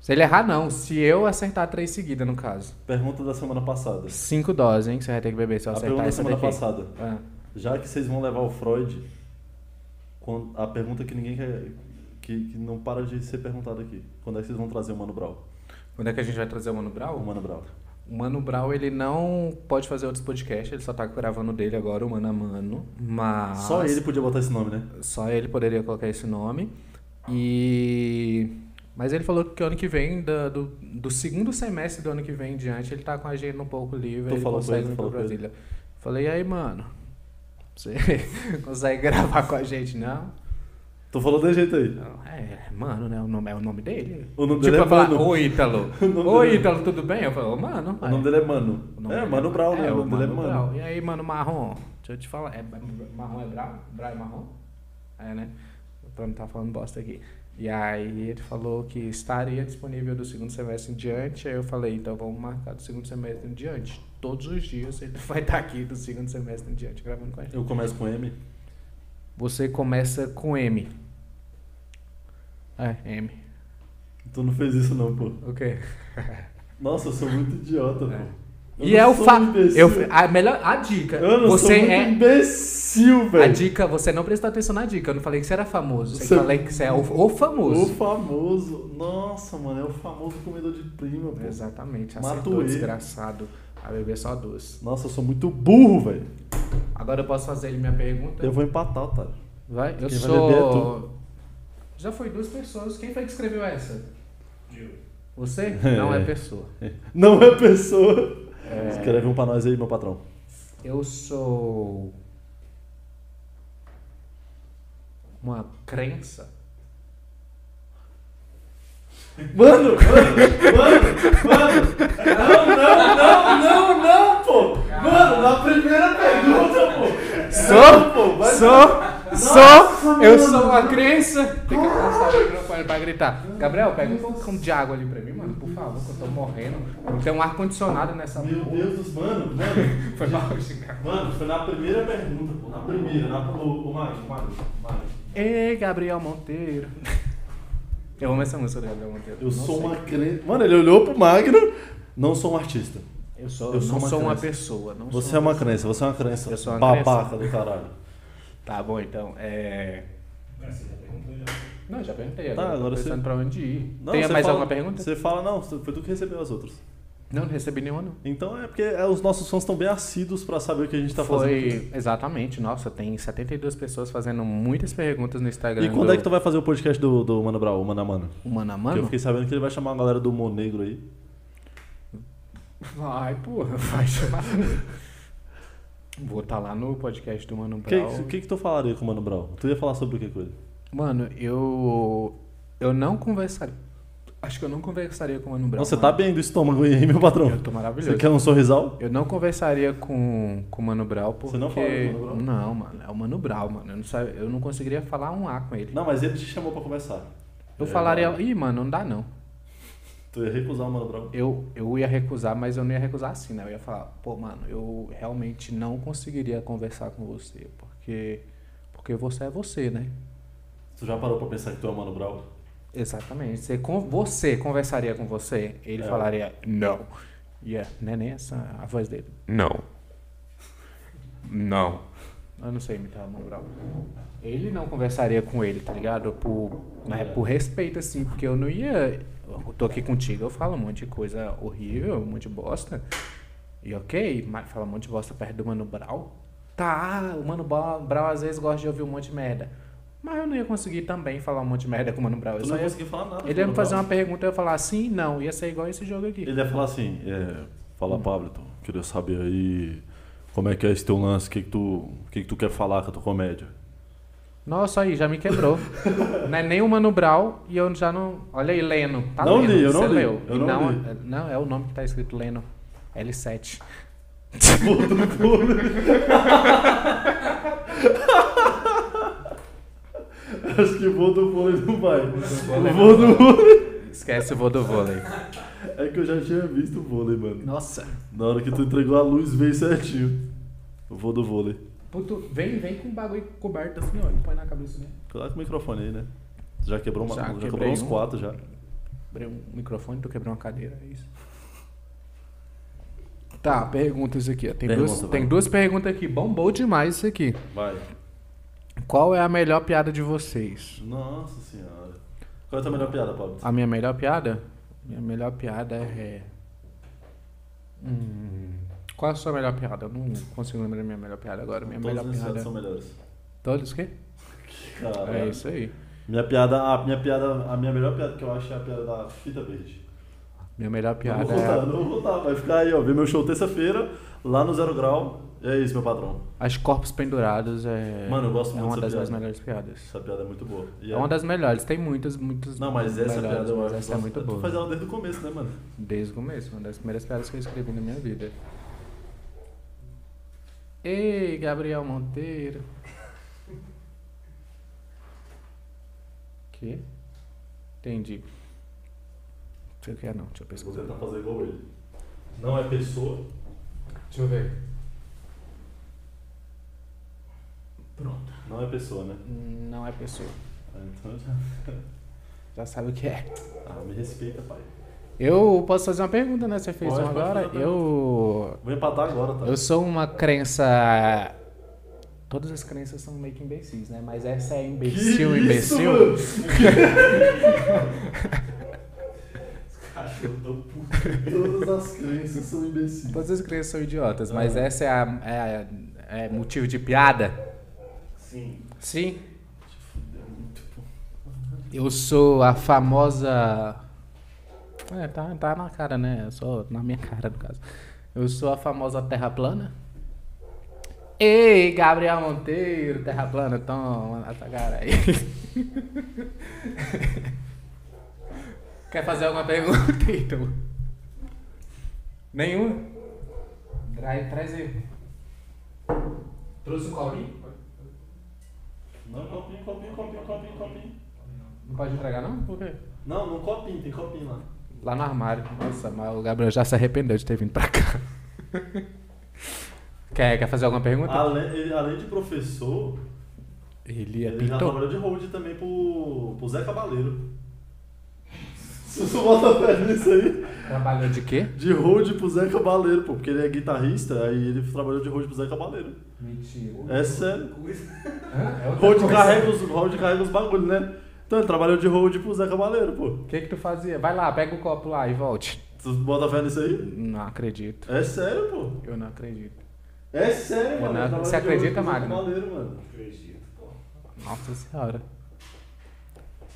Se ele errar, não. Se eu acertar três seguida, no caso.
Pergunta da semana passada.
Cinco doses, hein? Que você vai ter que beber se eu
A
acertar
pergunta da
essa
semana
daqui.
passada.
Ah.
Já que vocês vão levar o Freud, quando- a pergunta que ninguém quer. Que, que não para de ser perguntada aqui. Quando é que vocês vão trazer o Mano Brown?
Quando é que a gente vai trazer o Mano
O
Brown?
Mano Brown.
O Mano Brown, ele não pode fazer outros podcasts, ele só tá gravando o dele agora, o Mano a Mano. Mas.
Só ele podia botar esse nome, né?
Só ele poderia colocar esse nome. E. Mas ele falou que ano que vem, da- do, do segundo semestre do ano que vem em diante, ele tá com a agenda um pouco livre,
Tu
ele
falou com
consegue
ele,
vir pra
falou com ele?
Brasília. Falei, e aí, mano? Você consegue gravar com a gente, não?
Tu falou desse jeito aí.
Não, É, mano, né? O nome é o nome dele.
O nome
tipo,
dele é
eu falar,
Mano.
ô Ítalo.
O nome
Ô
dele é-
Ítalo, tudo bem? Eu falo, ô, mano.
O nome dele é Mano.
O nome
é,
dele
Mano Brown, né?
é,
o nome dele é
Mano
Mano.
Brown. E aí, mano, marrom? Deixa eu te falar. É, marrom é Brown? Brown é marrom? É, né? Pra não tá falando bosta aqui. E aí ele falou que estaria disponível do segundo semestre em diante. Aí eu falei, então vamos marcar do segundo semestre em diante. Todos os dias ele vai estar aqui do segundo semestre em diante gravando com a gente.
Eu começo com M.
Você começa com M. É, M.
Tu não fez isso não, pô.
O quê?
Nossa, eu sou muito idiota,
É.
pô.
E
não
é o
sou
fa...
um imbecil.
eu A melhor a dica.
Eu não
Você
sou um
é
imbecil,
a
velho.
dica, você não prestou atenção na dica. Eu não falei que você era famoso. Você...
Você-
Eu falei que você é o, o
O
famoso.
famoso. Nossa, mano, é o famoso comedor de prima, pô.
Exatamente,
Mato
acertou,
ele.
desgraçado. A bebê é só duas.
Nossa, eu sou muito burro, velho.
Agora eu posso fazer minha pergunta?
Eu vou empatar, tá?
Vai, eu
Quem vai
sou.
beber é tu.
Já foi duas pessoas. Quem foi que escreveu essa?
Gil.
Você? Não é
É.
pessoa.
Não é pessoa.
É.
Escreve um pra nós aí, meu patrão.
Eu sou. Uma crença.
Mano, mano, mano, mano. Não, não, não, não, não, pô. Mano, na primeira pergunta, pô.
Sou,
pô, vai-
sou, sou,
Nossa,
eu
mano.
sou uma crença. Tem que alcançar o microfone pra gritar. Gabriel, pega um pouco de água ali pra mim, mano, por favor, que eu tô morrendo. Não tem um ar-condicionado nessa
Meu
porra.
Deus, dos- mano, mano.
Foi mal, Chica.
Mano, foi na primeira pergunta, pô. Na primeira, na. Ô, ô, Mário, Mário, Mário.
Ei, Gabriel Monteiro. Eu amo essa música do Gabriel Monteiro.
Eu
Não
sou
sei.
uma crença. Mano, ele olhou pro Magno. Não sou um artista.
Eu sou,
eu
não
sou uma
sou uma
crença.
pessoa. Não
Você é
sou
uma crença, você é uma crença.
Eu sou uma
babaca do caralho.
Tá bom, então. É.
Não, você já perguntou já.
Não, já perguntei.
Tá,
Agora, eu tô
agora você-
pensando pra onde ir.
Não,
Tem
você
mais
fala-
alguma pergunta?
Você fala, não, foi tu que recebeu as outras.
Não, não recebi nenhuma, não.
Então é porque é, os nossos fãs estão bem assíduos pra saber o que a gente tá
Foi.
fazendo.
Exatamente, nossa, tem 72 pessoas fazendo muitas perguntas no Instagram.
E quando é que tu vai fazer o podcast do, do Mano Brown, o Mano a Mano?
O Mano a
Porque eu
Mano?
fiquei sabendo que ele vai chamar a galera do Monegro aí.
Vai, porra, vai chamar. Vou estar lá no podcast do Mano
O que,
Brown.
que que tu falaria com o Mano Brown? Tu ia falar sobre o que com ele?
Mano, eu. Eu não conversaria. Acho que eu não conversaria com o Mano Brown.
Nossa, você tá
mano.
bem do estômago aí, hein, meu patrão?
Eu tô maravilhoso.
Você quer um sorrisal?
Eu não conversaria com, com o Mano Brown porque...
Você não fala com o Mano Brown?
Não, mano. É o Mano Brown, mano. Eu não, sa- eu não conseguiria falar um A com ele.
Não, mas ele te chamou pra conversar.
eu
É,
falaria...
mano.
Ih, mano, não dá não.
Tu ia recusar o Mano Brown.
Eu, eu ia recusar, mas eu não ia recusar assim, né? Eu ia falar, pô, mano, eu realmente não conseguiria conversar com você. Porque, porque você é você, né?
Tu já parou pra pensar que tu é o Mano Brown?
Exatamente. Você, con- você conversaria com você, ele
É.
falaria não. Yeah, né? Nem essa a voz dele. Não. Não. Eu não sei imitar o Mano Brown. Ele não conversaria com ele, tá ligado? Por, né, por respeito, assim, porque eu não ia. Eu tô aqui contigo, eu falo um monte de coisa horrível, um monte de bosta. E ok, mas fala um monte de bosta perto do Mano Brown. Tá, o Mano Ba- Brown às vezes gosta de ouvir um monte de merda. Mas eu não ia conseguir também falar um monte de merda com o Mano Brown. Eu
Tu
só
não tá
ia
conseguiu falar nada. com o
ele ia me
Mano
fazer
Brown.
uma pergunta e eu ia falar sim, não. Ia ser igual esse jogo aqui.
Ele ia falar assim, é, fala Pablo, então, queria saber aí como é que é esse teu lance, o que, que, tu, o que, que tu quer falar com a tua comédia.
Nossa, aí, já me quebrou. não é nem o Mano Brown e eu já não. Olha aí, Leno. Tá
Não
lendo,
li, eu
você
não li,
leu.
eu
E
não
não,
li.
é- não, é o nome que tá escrito Leno. L7.
Acho que voo do vôlei não vai.
vôlei
O voo do vôlei.
Esquece o voo do vôlei.
É que eu já tinha visto o vôlei, mano.
Nossa.
Na hora que tu entregou a luz, veio certinho. O voo do vôlei.
Puto, vem, vem com o bagulho coberto assim, ó. e Põe na cabeça dele.
Cuidado com o microfone aí, né? Tu Já quebrou, uma,
Já
já quebrou
quebrei
uns
um.
quatro já.
Quebrei um microfone, tu quebrou uma cadeira, é isso. Tá, perguntas aqui. ó. Tem,
Pergunta,
duas,
vai.
tem duas perguntas aqui. Bombou demais isso aqui.
Vai.
Qual é a melhor piada de vocês?
Nossa senhora. Qual é a tua melhor piada, Pablo?
A minha melhor piada? Minha melhor piada é. Hum, qual a sua melhor piada? Eu não consigo lembrar da minha melhor piada agora. Minha
Todas
melhor
as
piada.
piadas são Tá melhores.
Todos que?
Caralho.
É isso aí.
Minha piada, a minha piada, a minha melhor piada que eu acho é a piada da fita verde.
Minha melhor
não
piada
vou contar,
é.
não vou contar. Vai ficar aí, ó. Vê meu show terça-feira, lá no Zero Grau. É isso, meu patrão.
As Corpos Pendurados é.
Mano, eu gosto
É
muito
uma
dessa
das minhas
piada.
melhores piadas.
Essa piada é muito boa. E
É uma das melhores. Tem muitas, muitas.
Não, mas essa
melhores,
piada eu
mas
acho.
Essa é muito
tu
boa.
faz ela desde o começo, né, mano?
Desde o começo, uma das primeiras piadas que eu escrevi na minha vida. Ei, Gabriel Monteiro. Que? Entendi. Não sei o que é não, deixa eu
Vou
pesquisar.
tentar fazer tá igual ele. Não é pessoa.
Deixa eu ver. Pronto.
Não é pessoa, né?
Não é pessoa.
Ah, Então
Já sabe o que é.
Ah, me respeita, pai.
Eu posso fazer uma pergunta, né? Você fez
Pode,
uma
pode
agora.
fazer uma
Eu.
Vou empatar agora, tá?
Eu sou uma crença. Todas as crenças são meio que imbecis, né? Mas essa é imbecil,
Que isso,
imbecil.
mano?
Cachorro do puto.
Todas as crenças são imbecis.
Todas as crenças são idiotas, mas
Ah.
essa é, a, é a- é motivo de piada.
Sim.
Sim.
Fudeu muito, pô.
Eu sou a famosa. É, tá, tá na cara, né? Eu sou na minha cara, no caso. Eu sou a famosa Terra Plana. Ei, Gabriel Monteiro, Terra Plana, toma essa cara aí. Quer fazer alguma pergunta, então? Nenhuma? Traz, traz aí. Trouxe o copinho?
Não, copinho, copinho, copinho, copinho, copinho.
Não pode entregar, não? Por quê?
Não, não copinho, tem copinho lá.
Lá no armário. Nossa, mas o Gabriel já se arrependeu de ter vindo pra cá. quer, quer fazer alguma pergunta?
Além, ele- além de professor,
Ele é
ele já
pintor.
trabalhou de hold também pro, pro Zé Cabaleiro. Você não bota fé nisso aí?
Trabalhou de quê?
De hold pro Zé Cabaleiro, pô, porque ele é guitarrista, aí ele trabalhou de hold pro Zé Cabaleiro.
Mentira.
É sério.
É outra
Hold
coisa.
carrega, os, hold carrega os bagulhos, né? Então ele trabalhou de hold pro Zé Cabaleiro, pô.
O que que tu fazia? Vai lá, pega o copo lá e volte.
Você bota fé nisso aí?
Não acredito.
É sério, pô.
Eu não acredito.
É sério,
Eu
mano.
não-
Ele trabalha
você
de
acredita,
hold pro Zé
Magno?
Cabaleiro, mano.
Acredito, pô.
Nossa senhora.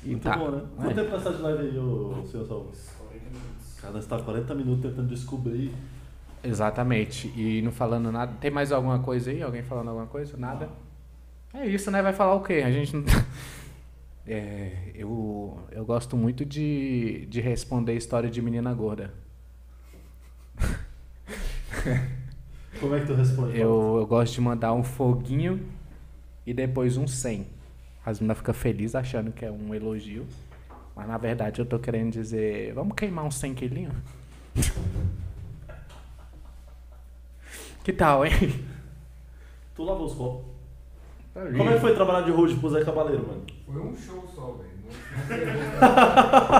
E
Muito
tá.
bom, né? Quanto
É.
tempo nessa de live aí, ô senhor Salvo?
40 minutos.
Cara, nós tá 40 minutos tentando descobrir.
Exatamente. E não falando nada. Tem mais alguma coisa aí? Alguém falando alguma coisa? Nada? É isso, né? Vai falar o quê? A gente não. É, eu, eu gosto muito de, de responder história de menina gorda.
Como é que tu responde?
Eu, eu gosto de mandar um foguinho e depois um 100. As meninas ficam felizes achando que é um elogio. Mas na verdade eu tô querendo dizer: vamos queimar um uns 100 quilinhos? que tal, hein?
Tu lavou os copos.
Tá
Como é que foi trabalhar de road pro Zé Cabaleiro, mano?
Foi um show só, velho. Não- não sei.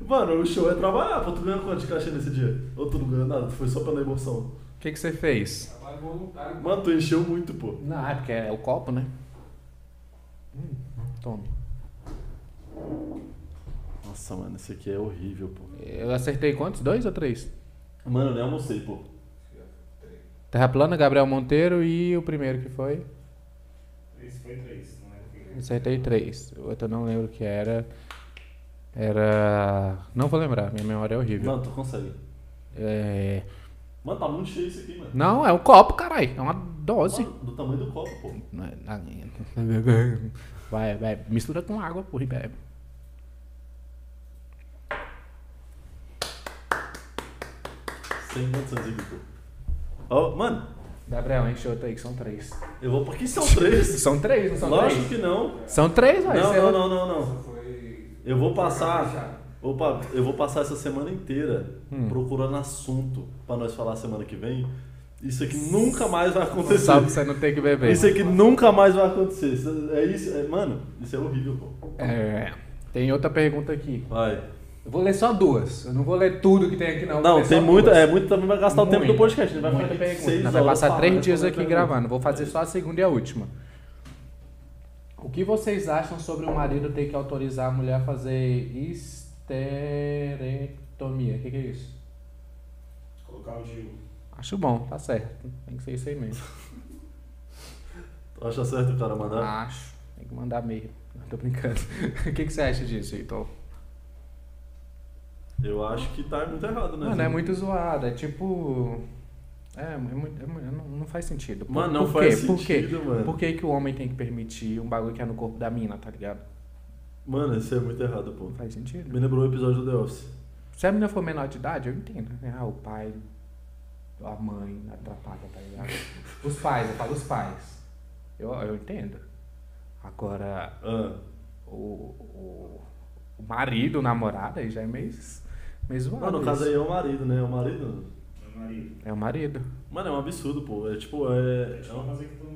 Mano, o show é trabalhar, pô. Tu ganhou quanto de caixa nesse dia? Ou tu não ganhou nada? Foi só pela emoção.
O que, que você fez?
Trabalho voluntário.
Mano, tu encheu muito, pô.
Não, é porque é o copo, né? Hum, Tome.
Nossa, mano, esse aqui é horrível, pô.
Eu acertei quantos? Dois ou três?
Mano, eu nem almocei, pô.
Terra Plana, Gabriel Monteiro e o primeiro que foi?
Esse foi 3, não é? Porque...
Acertei três. O outro eu não lembro o que era. Era. Não vou lembrar, minha memória é horrível.
Mano, tu consegue.
É...
Mano, tá muito cheio isso aqui, mano.
Não, é um copo, caralho. É uma dose.
Mano, do tamanho do copo, pô.
Vai, vai. Mistura com água, porra, e bebe.
Sem condições aqui, pô. Ó, mano,
Gabriel, enche outro aí, que são três.
eu vou. Por que são três?
São três, não são
Lógico
três? Ah, é
que não.
São três, vai.
Não,
você-
não, não, não, não.
Só foi.
Eu vou passar.
Fechado.
Opa, eu vou passar essa semana inteira
Hum.
procurando assunto pra nós falar semana que vem. Isso aqui nunca mais vai acontecer.
Sabe que você não tem que beber.
Isso aqui nunca mais vai acontecer. Isso- É isso, é- mano, isso é horrível, pô.
É, tem outra pergunta aqui.
Vai.
Eu vou ler só duas. Eu não vou ler tudo que tem aqui, não. Eu vou
Não,
ler
tem
só
muita,
duas.
é muito também vai gastar o tempo
Muita.
do podcast, a gente vai
Muita
ficar aqui
pergunta.
seis
Nós vai
horas
passar
falando, né?
três dias aqui
respondendo
gravando. Vou fazer só a segunda e a última. O que vocês acham sobre o marido ter que autorizar a mulher a fazer histerectomia? O que, que é isso?
Colocar o Gil.
Acho bom, tá certo. Tem que ser isso aí mesmo.
pergunta. Tu acha certo o cara
Ah.
mandar?
Acho. Tem que mandar meio. Não, tô brincando. o que, que você acha disso, então?
Eu acho que tá muito errado, né?
Mano, é
Zé?
muito zoado. É tipo. É, é muito, é mu- não, não faz sentido. Por-
Mano, não
por
faz
quê? Por quê?
sentido, mano.
Por que, que o homem tem que permitir um bagulho que é no corpo da mina, tá ligado?
Mano, isso é muito errado, pô.
Não faz sentido.
Me lembrou o episódio do The Office.
Se a mina for menor de idade, eu entendo. né? Ah, o pai, a mãe atrapalha, tá ligado? Os pais, eu falo os pais. Eu, eu entendo. Agora,
Ah,
o, o, o marido, o namorado, aí já é meio, meio zoado.
Ah, no caso
isso.
aí é o marido, né? O marido.
Meu marido.
É o marido.
Mano, é um absurdo, pô. É tipo,
Eu
é.
te vou fazer que tu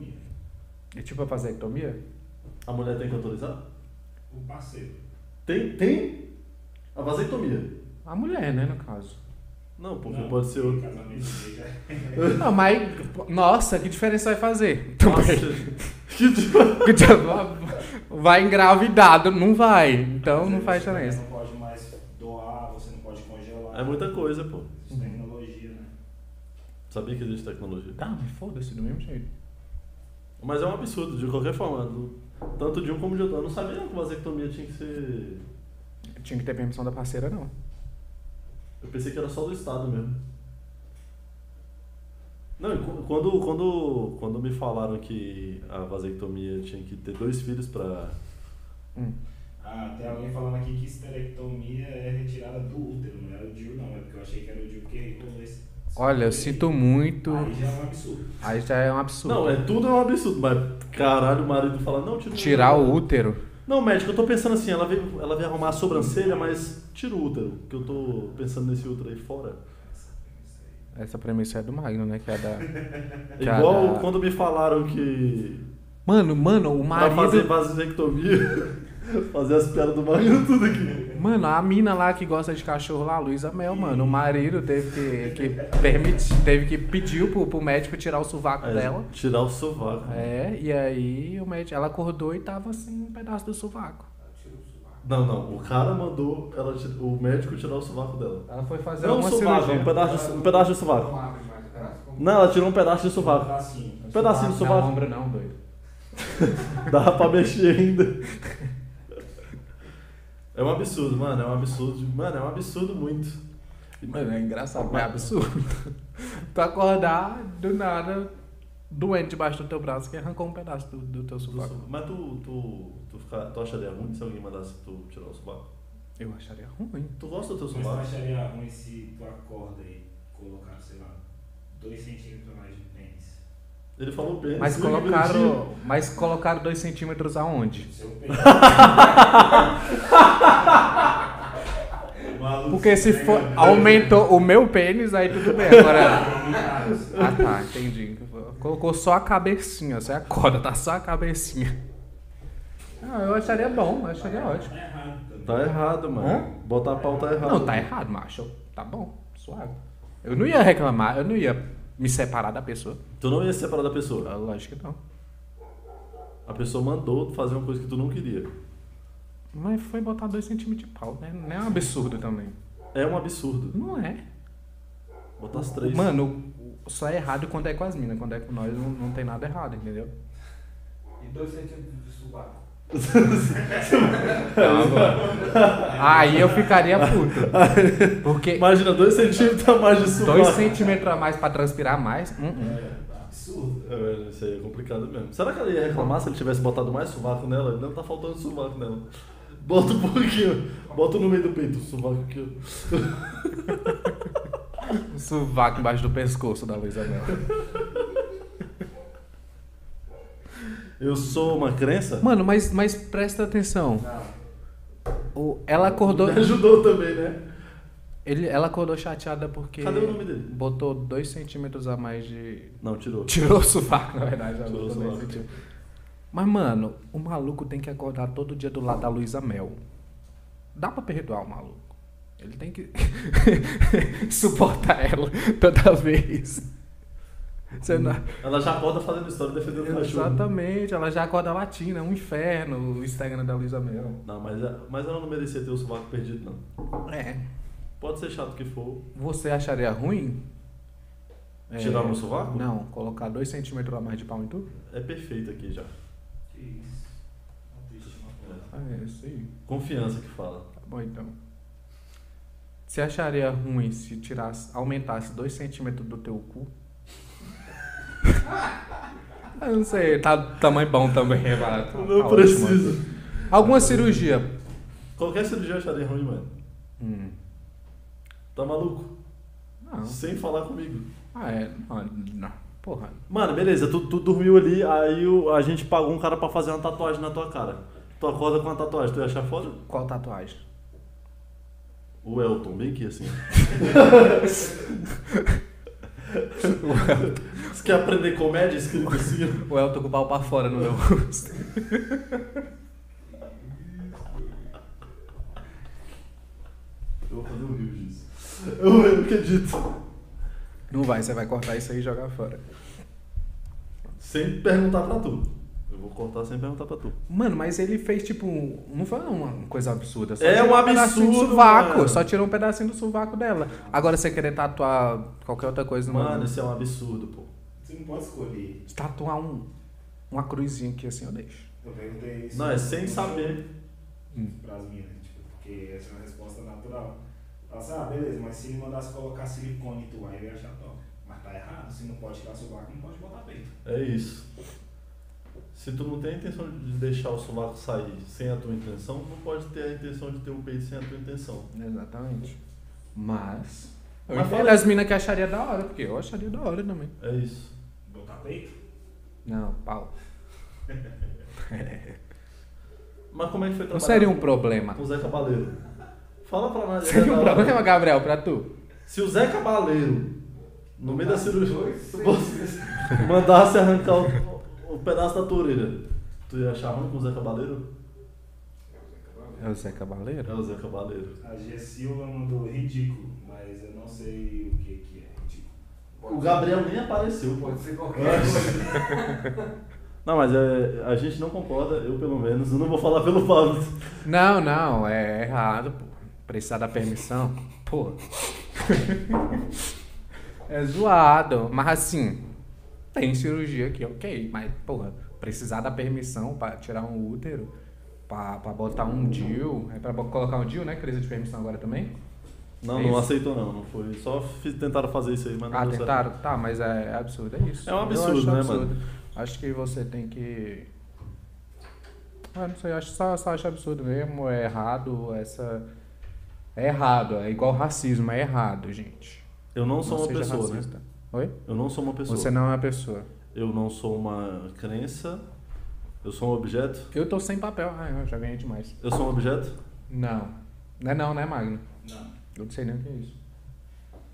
É tipo a vasectomia?
A mulher tem que autorizar?
O o parceiro.
Tem, tem a vasectomia.
A mulher, né, no caso.
Não, porque
Não,
pode ser
tem
outro.
Casamento gay, né?
Não, mas. Nossa, que diferença vai fazer?
Nossa, que tipo-
Vai engravidado, não vai. Então não faz
Você também
diferença.
Não pode mais doar, você não pode congelar.
É muita coisa, pô.
Isso é tecnologia, né?
Sabia que existe tecnologia.
Tá, mas foda-se do mesmo jeito.
Mas é um absurdo, de qualquer forma. do- Tanto de um como de outro. Eu não sabia que vasectomia tinha que ser.
Tinha que ter permissão da parceira, não.
Eu pensei que era só do Estado mesmo. Não, e qu- quando, quando, quando me falaram que a vasectomia tinha que ter dois filhos pra.
Ah, tem alguém falando aqui que esterectomia é retirada do útero, não era o DIU não, é porque eu achei que era o DIU porque rolou esse.
Olha, eu sinto muito.
Aí já é um absurdo.
Aí já é um absurdo.
Não, é tudo é um absurdo, mas caralho, o marido fala, não, tira
Tirar
útero.
o útero.
Não, médico, eu tô pensando assim, ela veio, ela veio arrumar a sobrancelha, mas tira o útero, que eu tô pensando nesse útero aí fora.
Essa premissa é do Magno, né? Que é da.
É
Cara.
Igual quando me falaram que
Mano, mano, o
pra fazer
marido.
vasectomia, fazer as pernas do marido tudo aqui.
Mano, a mina lá que gosta de cachorro lá, a Luísa Mel, mano. O marido teve que, que permitir, teve que pedir pro, pro médico tirar o sovaco
Aí,
dela.
Tirar o sovaco.
É, e aí o médico, ela acordou e tava assim, um pedaço do sovaco.
Ela tirou o sovaco.
Não, não, o cara mandou ela, ti- o médico tirar o sovaco dela.
Ela foi fazer
Não o
uma
sovaco,
cirurgia.
um pedaço, de- um pedaço de sovaco.
Não abre mais o braço. como-
Não, ela tirou um pedaço de sovaco.
Assim,
Um pedacinho do
Não,
sovaco.
ombro não, doido.
Dá pra mexer ainda. É um absurdo, mano, é um absurdo. Mano, é um absurdo muito.
Mano, é engraçado, mas é absurdo. tu acordar do nada, doente debaixo do teu braço, que arrancou um pedaço do, do teu
Do
sovaco.
sovaco. Mas tu, tu, tu, fica, tu acharia ruim se alguém mandasse tu tirar o sovaco?
Eu acharia ruim.
Tu gosta do teu
mas tu
sovaco?
acharia ruim se tu acorda e colocar, sei lá, 2 centímetros a mais de pênis.
Ele falou bem.
Mas
isso é divertido.
colocaram, mas colocaram dois centímetros aonde?
No seu tá peito. O maluco
Porque se
pega
for,
dois-
aumentou o meu pênis, aí tudo bem. Agora.
Dois
Ah tá, entendi. Colocou só a cabecinha, você acorda, tá só a cabecinha. Ah, eu acharia bom, eu acharia ótimo.
Tá errado também.
Tá errado, mano.
Hã?
Botar pau tá errado.
Não, tá errado, macho. Tá bom, suave. Eu não ia reclamar, eu não ia me separar da pessoa.
Tu não ia se separar da pessoa.
Ah, Lógico que não.
A pessoa mandou tu fazer uma coisa que tu não queria.
Mas foi botar dois centímetros de pau, né? Não é um absurdo também.
É um absurdo.
Não é.
Botar as três.
Mano, o- só é errado quando é com as minas, quando é com nós não, não tem nada errado, entendeu?
E dois centímetros de sovaco.
Aí eu ficaria puto. Porque
Imagina, dois centímetros a mais de sovaco.
dois centímetros a mais pra transpirar mais, hum, hum.
Absurdo.
É, velho, isso aí é complicado mesmo. Será que ela ia reclamar se ele tivesse botado mais sovaco nela? Não tá faltando sovaco nela. Bota um pouquinho. Bota no meio do peito o sovaco aqui. ó.
O sovaco embaixo do pescoço da Luísa Mel.
Eu sou uma crença?
Mano, mas, mas presta atenção.
Não,
O- ela acordou.
Me ajudou também, né?
ele- ela acordou chateada porque.
Cadê o nome dele?
Botou dois centímetros a mais de.
Não, tirou.
Tirou o sovaco, na verdade. ela
Tirou o
botou dois
sovaco.
centímetros. Mas, mano, o maluco tem que acordar todo dia do lado da Luísa Mel. Dá pra perdoar o maluco. Ele tem que suportar ela toda vez.
Hum.
Você não,
Ela já acorda fazendo história defendendo o cachorro.
Exatamente, ela já acorda latina, um inferno, o Instagram da Luísa Mel.
Não, mas, é, mas ela não merecia ter o sovaco perdido, não.
É.
Pode ser chato que for.
Você acharia ruim? É,
Tirar o meu sovaco?
Não, colocar dois centímetros a mais de pau em tu?
É perfeito aqui já.
que isso. Uma triste uma porra.
Ah, é, isso aí.
Confiança que fala.
Tá bom então. Você acharia ruim se tirasse, aumentasse dois centímetros do teu cu? Eu não sei, tá tamanho bom também, é barato.
Não
tá
precisa.
ótimo. Alguma cirurgia?
Qualquer cirurgia eu acharia ruim, mano.
Hum.
Tá maluco?
Não.
Sem falar comigo.
Ah, é. Não, não. Porra.
Mano, beleza, tu, tu dormiu ali, aí o- a gente pagou um cara pra fazer uma tatuagem na tua cara. Tu acorda com uma tatuagem, tu ia achar foda?
Qual tatuagem?
O Elton, bem aqui assim. Você quer aprender comédia escrito assim?
O Elton com o pau pra fora no meu rosto.
um Eu, eu acredito.
Não vai, você vai cortar isso aí e jogar fora.
Sem perguntar pra tu. Eu vou cortar sem perguntar pra tu.
Mano, mas ele fez tipo. um- Não foi uma coisa absurda. Só
É
tirou
um
pedacinho do
absurdo,
sovaco.
mano.
Só tirou um pedacinho do sovaco dela. Agora você querer tatuar qualquer outra coisa no
Mano,
mano.
isso é um absurdo, pô.
Você não pode escolher.
Tatuar um, uma cruzinha aqui assim, eu deixo.
Eu perguntei isso.
Não, é sem saber.
Pras minas, tipo, porque essa é uma resposta natural. Fala assim, ah, beleza, mas se ele mandasse colocar silicone em tu, aí eu ia achar top. Mas tá errado, se não pode tirar sovaco, não pode botar peito.
É isso. Se tu não tem a intenção de deixar o sovaco sair sem a tua intenção, não pode ter a intenção de ter o peito sem a tua intenção.
Exatamente. Mas. Eu
Mas
entendo
fala-
as minas que acharia da hora, porque eu acharia da hora também.
É isso.
Botar peito?
Não, pau.
Mas como é que foi
Não
trabalhar
seria um
com-
problema.
com o Zé Cabaleiro? Fala pra nós.
Seria um
Zé
problema,
Cabaleiro.
Gabriel, pra tu?
Se o Zé Cabaleiro, no meio da cirurgia,
Dois,
mandasse arrancar o, o pedaço da tua orelha, tu ia achar ruim com o Zé Cabaleiro?
É o Zé Cabaleiro?
É o Zé Cabaleiro.
A G Silva mandou ridículo, mas eu não sei o que, que é ridículo.
O Gabriel nem apareceu, pô.
Pode ser qualquer coisa.
Não, mas é, a gente não concorda, eu pelo menos. Eu não vou falar pelo Pablo.
Não, não, é errado, pô. Precisar da permissão, pô. é zoado. Mas assim, tem cirurgia aqui, ok. Mas, porra, precisar da permissão pra tirar um útero, pra, pra botar um DIL. É pra bo- colocar um DIL, né? Crise de permissão agora também.
Não,
É
não
isso.
aceitou não, não foi. Só fi- tentaram fazer isso aí, mas não
Ah,
deu certo.
tentaram? Tá, mas é absurdo, é isso.
É um
Eu
absurdo,
acho
né, mano?
Acho que você tem que. Ah, não sei, acho só, só acho absurdo mesmo, é errado, essa. É errado, é igual racismo, é errado, gente.
Eu não sou uma
seja
pessoa, né?
racista. Oi?
Eu não sou uma pessoa.
Você não é uma pessoa.
Eu não sou uma crença. Eu sou um objeto.
Eu tô sem papel. Ah, eu já ganhei demais.
Eu sou um objeto.
Não. Não é não, né, Magno?
Não.
Eu não sei nem o que é isso.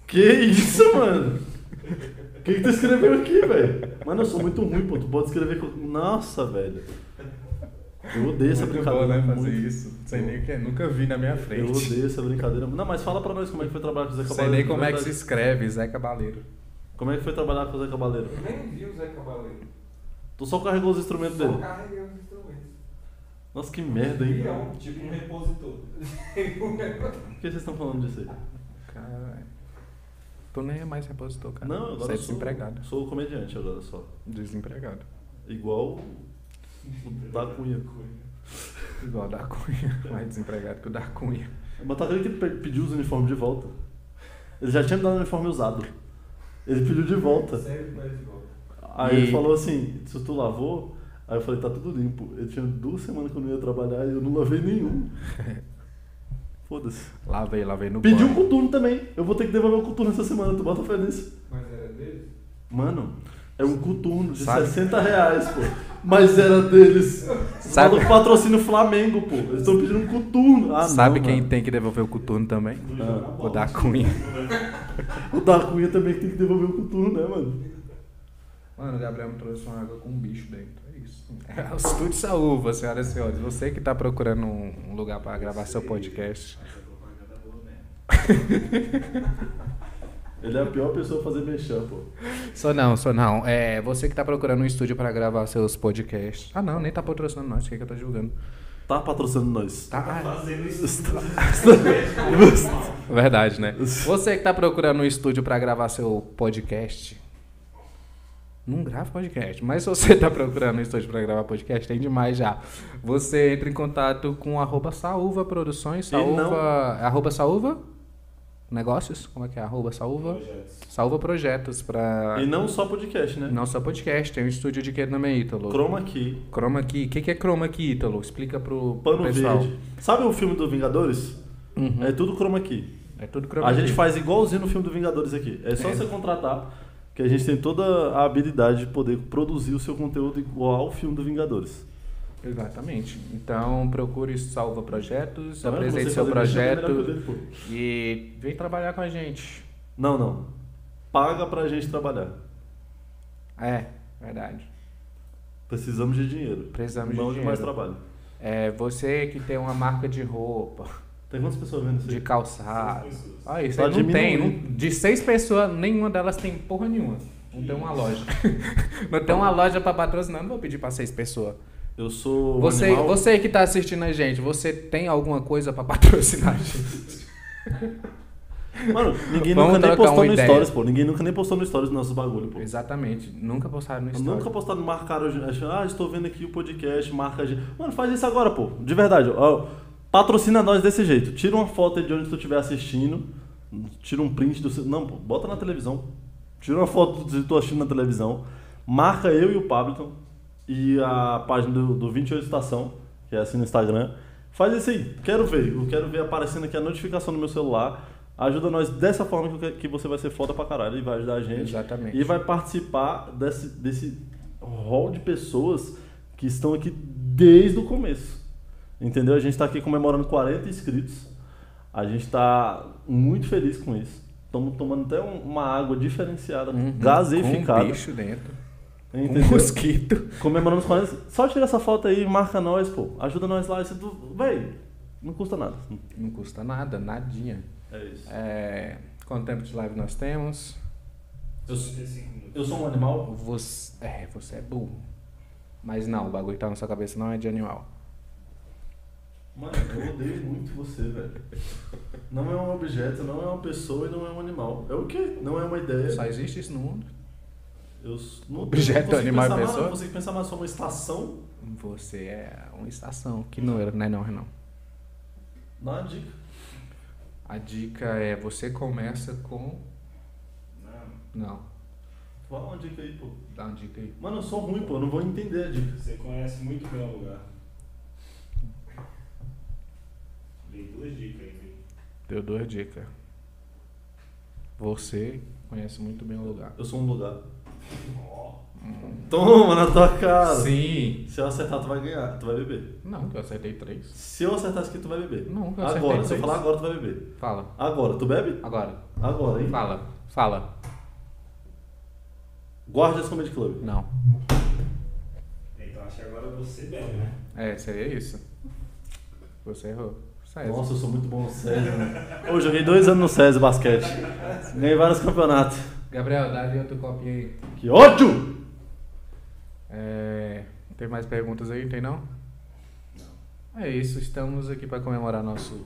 Que isso, mano? O que, que tu escreveu aqui, velho? Mano, eu sou muito ruim, pô. Tu pode escrever. com- Nossa, velho. Eu odeio essa brincadeira. muito.
né, isso. Não sei nem o que é. Nunca vi na minha
Eu odeio essa brincadeira. Não, mas fala pra nós como é que foi trabalhar com o Zé
Sei
Cabaleiro.
nem
de
como é que se
verdade.
escreve, Zé Cabaleiro.
Como é que foi trabalhar com o Zé Cabaleiro?
Eu nem vi o Zé Cavaleiro.
Tu só carregou os instrumentos
Só
dele.
carreguei os instrumentos.
Nossa, que merda, hein?
Virão.
Tipo um repositor.
Por que vocês estão falando disso aí?
Caralho. Tu nem é mais repositor, cara.
Não,
Você
agora
é
eu sou,
desempregado.
sou comediante agora só.
Desempregado.
Igual o da Cunha.
Igual o da Cunha. Mais desempregado que o da Cunha.
Mas tá vendo que ele pe- pediu os uniformes de volta. Ele já tinha me dado o uniforme usado. Ele pediu de volta.
Sério, mas de volta.
Aí
E-
ele falou assim, se tu lavou, aí eu falei, tá tudo limpo. Eu tinha duas semanas que eu não ia trabalhar e eu não lavei nenhum. Foda-se.
Lavei, lavei no
Pediu um
banho.
coturno também. Eu vou ter que devolver o coturno essa semana, tu bota fé nisso.
Mas era deles?
Mano, é um coturno de
Sabe?
60 reais, pô. Mas era deles.
Sabe-
Sabe? Maluco patrocina o Flamengo, pô. Eles estão pedindo um coturno. Ah,
Sabe
não,
quem
mano.
tem que devolver o coturno também?
Ah.
O da Cunha.
O da Cunha também tem que devolver o coturno, né, mano?
Mano, o Gabriel me trouxe uma água com um bicho dentro. É isso. É o estúdio Saúva, senhoras e senhores. Você que tá procurando um um lugar pra gravar seu podcast.
Essa propaganda é boa mesmo.
Ele é a pior pessoa a fazer mexer, pô.
Sou não, sou não. É, você que tá procurando um estúdio pra gravar seus podcasts. Ah, não, nem tá patrocinando nós. O que, que eu tô julgando?
Tá patrocinando nós.
Tá, ah,
Fazendo isso.
Verdade, né? Você que tá procurando um estúdio pra gravar seu podcast. Não grava podcast, mas se você tá procurando um estúdio pra gravar podcast, tem demais já. Você entra em contato com arroba saúva produções,
E não-
saúva, é arroba saúva negócios, como é que é? Arroba saúva,
Projetos.
saúva projetos pra...
E não só podcast, né?
Não só podcast, tem um estúdio de que também, Ítalo?
Chroma Key,
Chroma Key. O que, que é Chroma Key, Ítalo? Explica pro pro
pano
pessoal.
verde. Sabe o filme do Vingadores?
Uhum.
É tudo Chroma Key.
É tudo Chroma
A gente
Key.
faz igualzinho no filme do Vingadores aqui. É só
É.
você contratar, que a gente tem toda a habilidade de poder produzir o seu conteúdo igual ao filme do Vingadores.
Exatamente. Então procure Salva Projetos,
Tá vendo?
apresente
Você
seu
fazer mexer é melhor que
projeto
o dele, pô.
e vem trabalhar com a gente.
Não, não. Paga pra gente trabalhar.
É, verdade.
Precisamos de dinheiro.
Precisamos de
não de mais
dinheiro.
trabalho.
É, você que tem uma marca de roupa,
Tem quantas pessoas vendo isso
De
aí?
calçado.
Seis pessoas.
Ah, isso
Tá
aí não tem.
diminuindo.
não- de seis pessoas, nenhuma delas tem porra nenhuma. Não tem uma loja. não tem uma loja pra patrocinar, não vou pedir pra seis pessoas.
Eu sou. um
Você,
animal.
você que tá assistindo a gente, você tem alguma coisa pra patrocinar a gente?
Mano, ninguém
Vamos
nunca
trocar
nem postou
uma
no
ideia.
Stories, pô. Ninguém nunca nem postou no Stories nossos bagulho, pô.
Exatamente. Nunca postaram no
Eu
story.
Nunca postaram, marcaram, a gente. ah, estou vendo aqui o podcast, marca a gente. Mano, faz isso agora, pô. De verdade, ó. Patrocina nós desse jeito. Tira uma foto aí de onde tu estiver assistindo. Tira um print do seu. Não, pô, bota na televisão. Tira uma foto de tu assistindo na televisão. Marca eu e o Pablo e a página do, do 28 Estação, que é assim no Instagram. Faz isso aí, quero ver. Eu quero ver aparecendo aqui a notificação no meu celular. Ajuda nós dessa forma que, eu quero- que você vai ser foda pra caralho e vai ajudar a gente.
Exatamente.
E vai participar desse, desse hall de pessoas que estão aqui desde o começo. Entendeu? A gente está aqui comemorando 40 inscritos. A gente está muito feliz com isso. Estamos tomando até um- uma água diferenciada,
Uhum, Com um
gaseificada.
bicho dentro.
entendeu?
Um mosquito.
Comemorando os 40. Só tira essa foto aí, marca nós, pô. Ajuda nós lá. Isso, tu- véi, não custa nada.
Não custa nada, nadinha.
É isso.
É, quanto tempo de live nós temos?
Eu,
55 minutos.
eu sou um animal?
Você, é, você é burro. Mas não, o bagulho que tá na sua cabeça não é de animal.
Mano, eu odeio muito você, velho. Não é um objeto, não é uma pessoa e não é um animal. É o quê? Não é uma ideia.
Só existe isso no mundo?
Eu s- não
Objeto,
consigo
animal e
pensar mais,
pessoa?
Não consigo pensar mais, sou uma estação.
Você é uma estação. Que não era, né não, Renan?
Dá uma dica.
A dica é você começa com.
Não,
Não,
Dá uma dica aí, pô.
dá uma dica aí.
Mano, eu sou ruim, pô. Eu não vou entender a dica.
você conhece muito bem o lugar. Dei duas dicas aí, viu?
Deu duas dicas. Você conhece muito bem o lugar.
Eu sou um lugar.
Ó,
Toma na tua cara.
Sim!
Se eu acertar, tu vai ganhar. Tu vai beber.
Não, que eu acertei três.
Se eu acertar isso aqui, tu vai beber.
Não, que eu acertei
agora, se eu
três.
falar agora, tu vai beber.
Fala.
Agora, tu bebe?
Agora.
Agora, hein?
Fala. Fala.
Guardias Comedy Club.
Não.
então acho que agora você bebe, né?
É, seria isso. Você errou. Sai.
Nossa, eu sou muito bom no César. né? Pô, eu joguei dois anos no César basquete. Ganhei vários campeonatos.
Gabriel, dá ali outro copinho aí.
Que ódio!
É, tem mais perguntas aí? Tem não? É isso, estamos aqui para comemorar nosso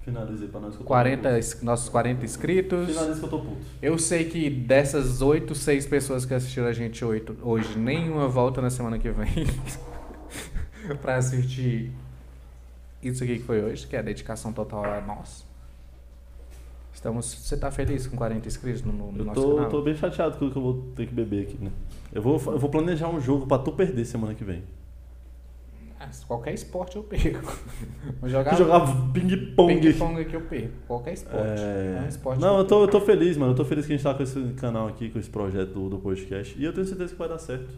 Finaliza aí pra nós que eu tô
40,
puto.
is- nossos 40 inscritos.
Finaliza que eu tô puto.
Eu sei que dessas 8, 6 pessoas que assistiram a gente oito hoje, nenhuma volta na semana que vem pra assistir isso aqui que foi hoje, que é a dedicação total a nós. Estamos, você tá feliz com 40 inscritos no, no
Eu
nosso
tô,
canal?
tô bem chateado com o que eu vou ter que beber aqui, né? Eu vou, eu vou planejar um jogo pra tu perder semana que vem.
Ah, se qualquer esporte eu perco. Vou jogar,
Eu jogava ping-pong.
ping-pong aqui eu perco. Qualquer esporte. É um esporte
Não,
que
eu tô, eu tô feliz, mano. Eu tô feliz que a gente tá com esse canal aqui, com esse projeto do, do podcast. E eu tenho certeza que vai dar certo.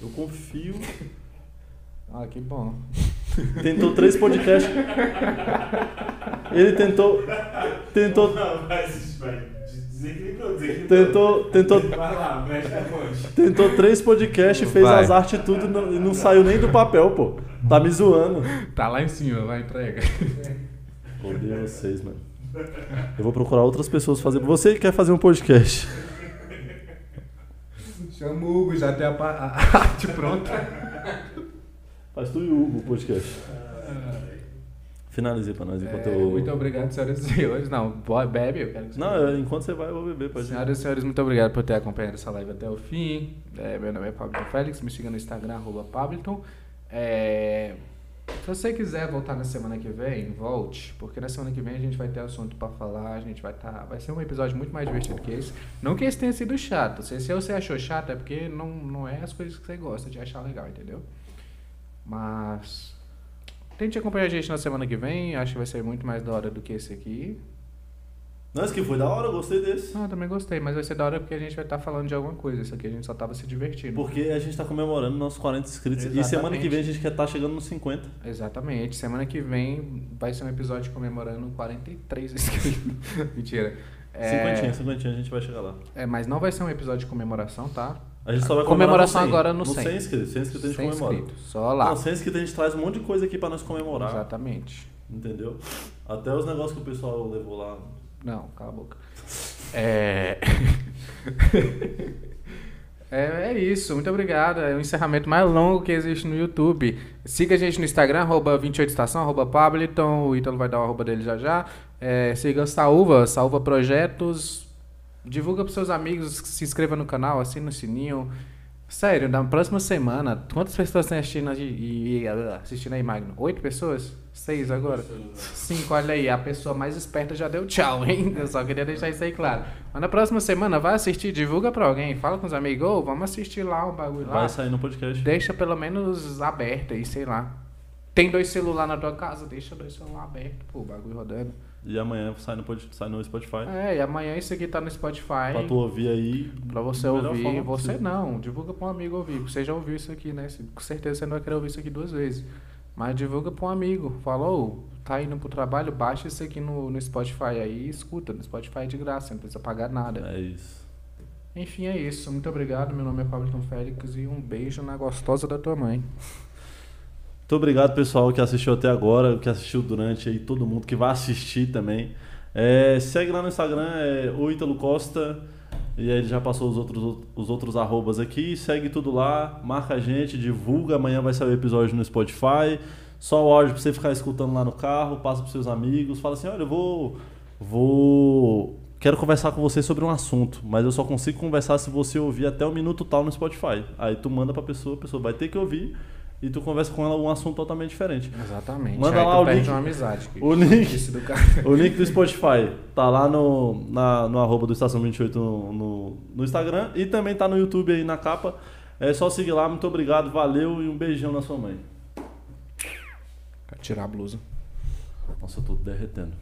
Eu confio.
Ah, que bom.
Tentou três podcasts. Ele tentou. Tentou.
Não, vai, vai desequilibrou, desequilibrou.
Tentou. Tentou.
Vai lá, mexe na fonte.
Tentou três podcasts, fez
Vai.
as artes e tudo e não, e não saiu nem do papel, pô. Tá me zoando.
Tá lá em cima, vai entrega.
Odeio vocês, mano. Eu vou procurar outras pessoas fazer. Você que quer fazer um podcast.
Chama o Hugo, já tem a, pa- a arte pronta.
Faz tu e o Hugo o podcast. Finalize pra nós enquanto
É,
eu.
Muito obrigado, senhoras e senhores. Não, bo- bebe, eu quero que você
Não, eu- enquanto você vai, eu vou beber, pode ir.
Senhoras e senhores, muito obrigado por ter acompanhado essa live até o fim. É, meu nome é Pablo Félix, me siga no Instagram, arroba Pabliton. É, se você quiser voltar na semana que vem, volte, porque na semana que vem a gente vai ter assunto pra falar, a gente vai tá, vai ser um episódio muito mais divertido que esse. Não que esse tenha sido chato, se, se você achou chato é porque não, não é as coisas que você gosta de achar legal, entendeu? Mas tente acompanhar a gente na semana que vem, acho que vai ser muito mais da hora do que esse aqui.
Não, esse aqui foi da hora, eu gostei desse.
Não, eu também gostei, mas vai ser da hora porque a gente vai estar falando de alguma coisa. Isso aqui a gente só tava se divertindo.
Porque a gente tá comemorando nossos 40 inscritos. E semana que
Exatamente.
vem a gente quer tá chegando nos 50.
Exatamente. Semana que vem vai ser um episódio comemorando 43 inscritos. Mentira.
Cinquentinha,
É,
cinquentinha, a gente vai chegar lá.
é, mas não vai ser um episódio de comemoração, tá?
A gente só vai
Comemoração agora
comemorar
no 100.
100 inscritos. 100 inscritos a gente
Sem
comemora.
inscritos. Só lá.
Não, 100 inscritos a gente traz um monte de coisa aqui pra nós comemorar.
Exatamente.
Entendeu? Até os negócios que o pessoal levou lá.
Não, cala a boca. É. É, é isso, muito obrigado. É o encerramento mais longo que existe no YouTube. Siga a gente no Instagram, arroba 28estação, arroba Pabliton, o Ítalo vai dar o arroba dele já já. É, siga Saúva, Saúva Projetos. Divulga pros seus amigos, se inscreva no canal, assina o sininho. Sério, na próxima semana, quantas pessoas estão assistindo, a gente- e, e- assistindo aí, Magno? Oito pessoas? Seis agora? Cinco, olha aí, a pessoa mais esperta já deu tchau, hein? Eu só queria deixar isso aí claro. Mas na próxima semana, vai assistir, divulga pra alguém, fala com os amigos, ô, vamos assistir lá um bagulho lá.
Vai sair no podcast.
Deixa pelo menos aberto aí, sei lá. Tem dois celulares na tua casa, deixa dois celulares abertos, pô, o bagulho rodando.
E amanhã sai no, pod- sai no Spotify.
É, e amanhã isso aqui tá no Spotify.
Pra tu ouvir aí.
Pra você
da melhor
ouvir,
forma
você
possível.
não, divulga pra um amigo ouvir, porque você já ouviu isso aqui, né? Com certeza você não vai querer ouvir isso aqui duas vezes. Mas divulga pra um amigo, falou, tá indo pro trabalho, baixa isso aqui no, no Spotify aí e escuta. No Spotify é de graça, não precisa pagar nada.
É isso.
Enfim, é isso. Muito obrigado. Meu nome é Pablo Félix e um beijo na gostosa da tua mãe.
Muito obrigado, pessoal, que assistiu até agora, que assistiu durante aí, todo mundo que vai assistir também. É, segue lá no Instagram, é o Ítalo Costa, e aí ele já passou os outros, os outros arrobas aqui. Segue tudo lá, marca a gente, divulga. Amanhã vai sair o episódio no Spotify. Só o áudio pra você ficar escutando lá no carro, passa pros seus amigos, fala assim: olha, eu vou. Vou. Quero conversar com você sobre um assunto, mas eu só consigo conversar se você ouvir até o minuto tal no Spotify. Aí tu manda pra pessoa, a pessoa vai ter que ouvir e tu conversa com ela um assunto totalmente diferente.
Exatamente.
Manda
aí
lá
tu
o
perde
link.
uma amizade. que
O link.
disse do cara.
O link do Spotify tá lá no, na, no arroba do Estação 28 no, no, no Instagram e também tá no YouTube aí na capa. É só seguir lá, muito obrigado, valeu e um beijão na sua mãe.
Tirar a blusa.
Nossa, eu tô derretendo.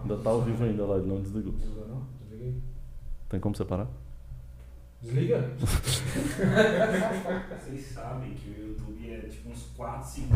Ainda tá ao vivo ainda lá, ele não desligou.
Desliga não? Desliguei.
Tem como separar?
Desliga?
Vocês sabem que o YouTube é tipo uns 4, 5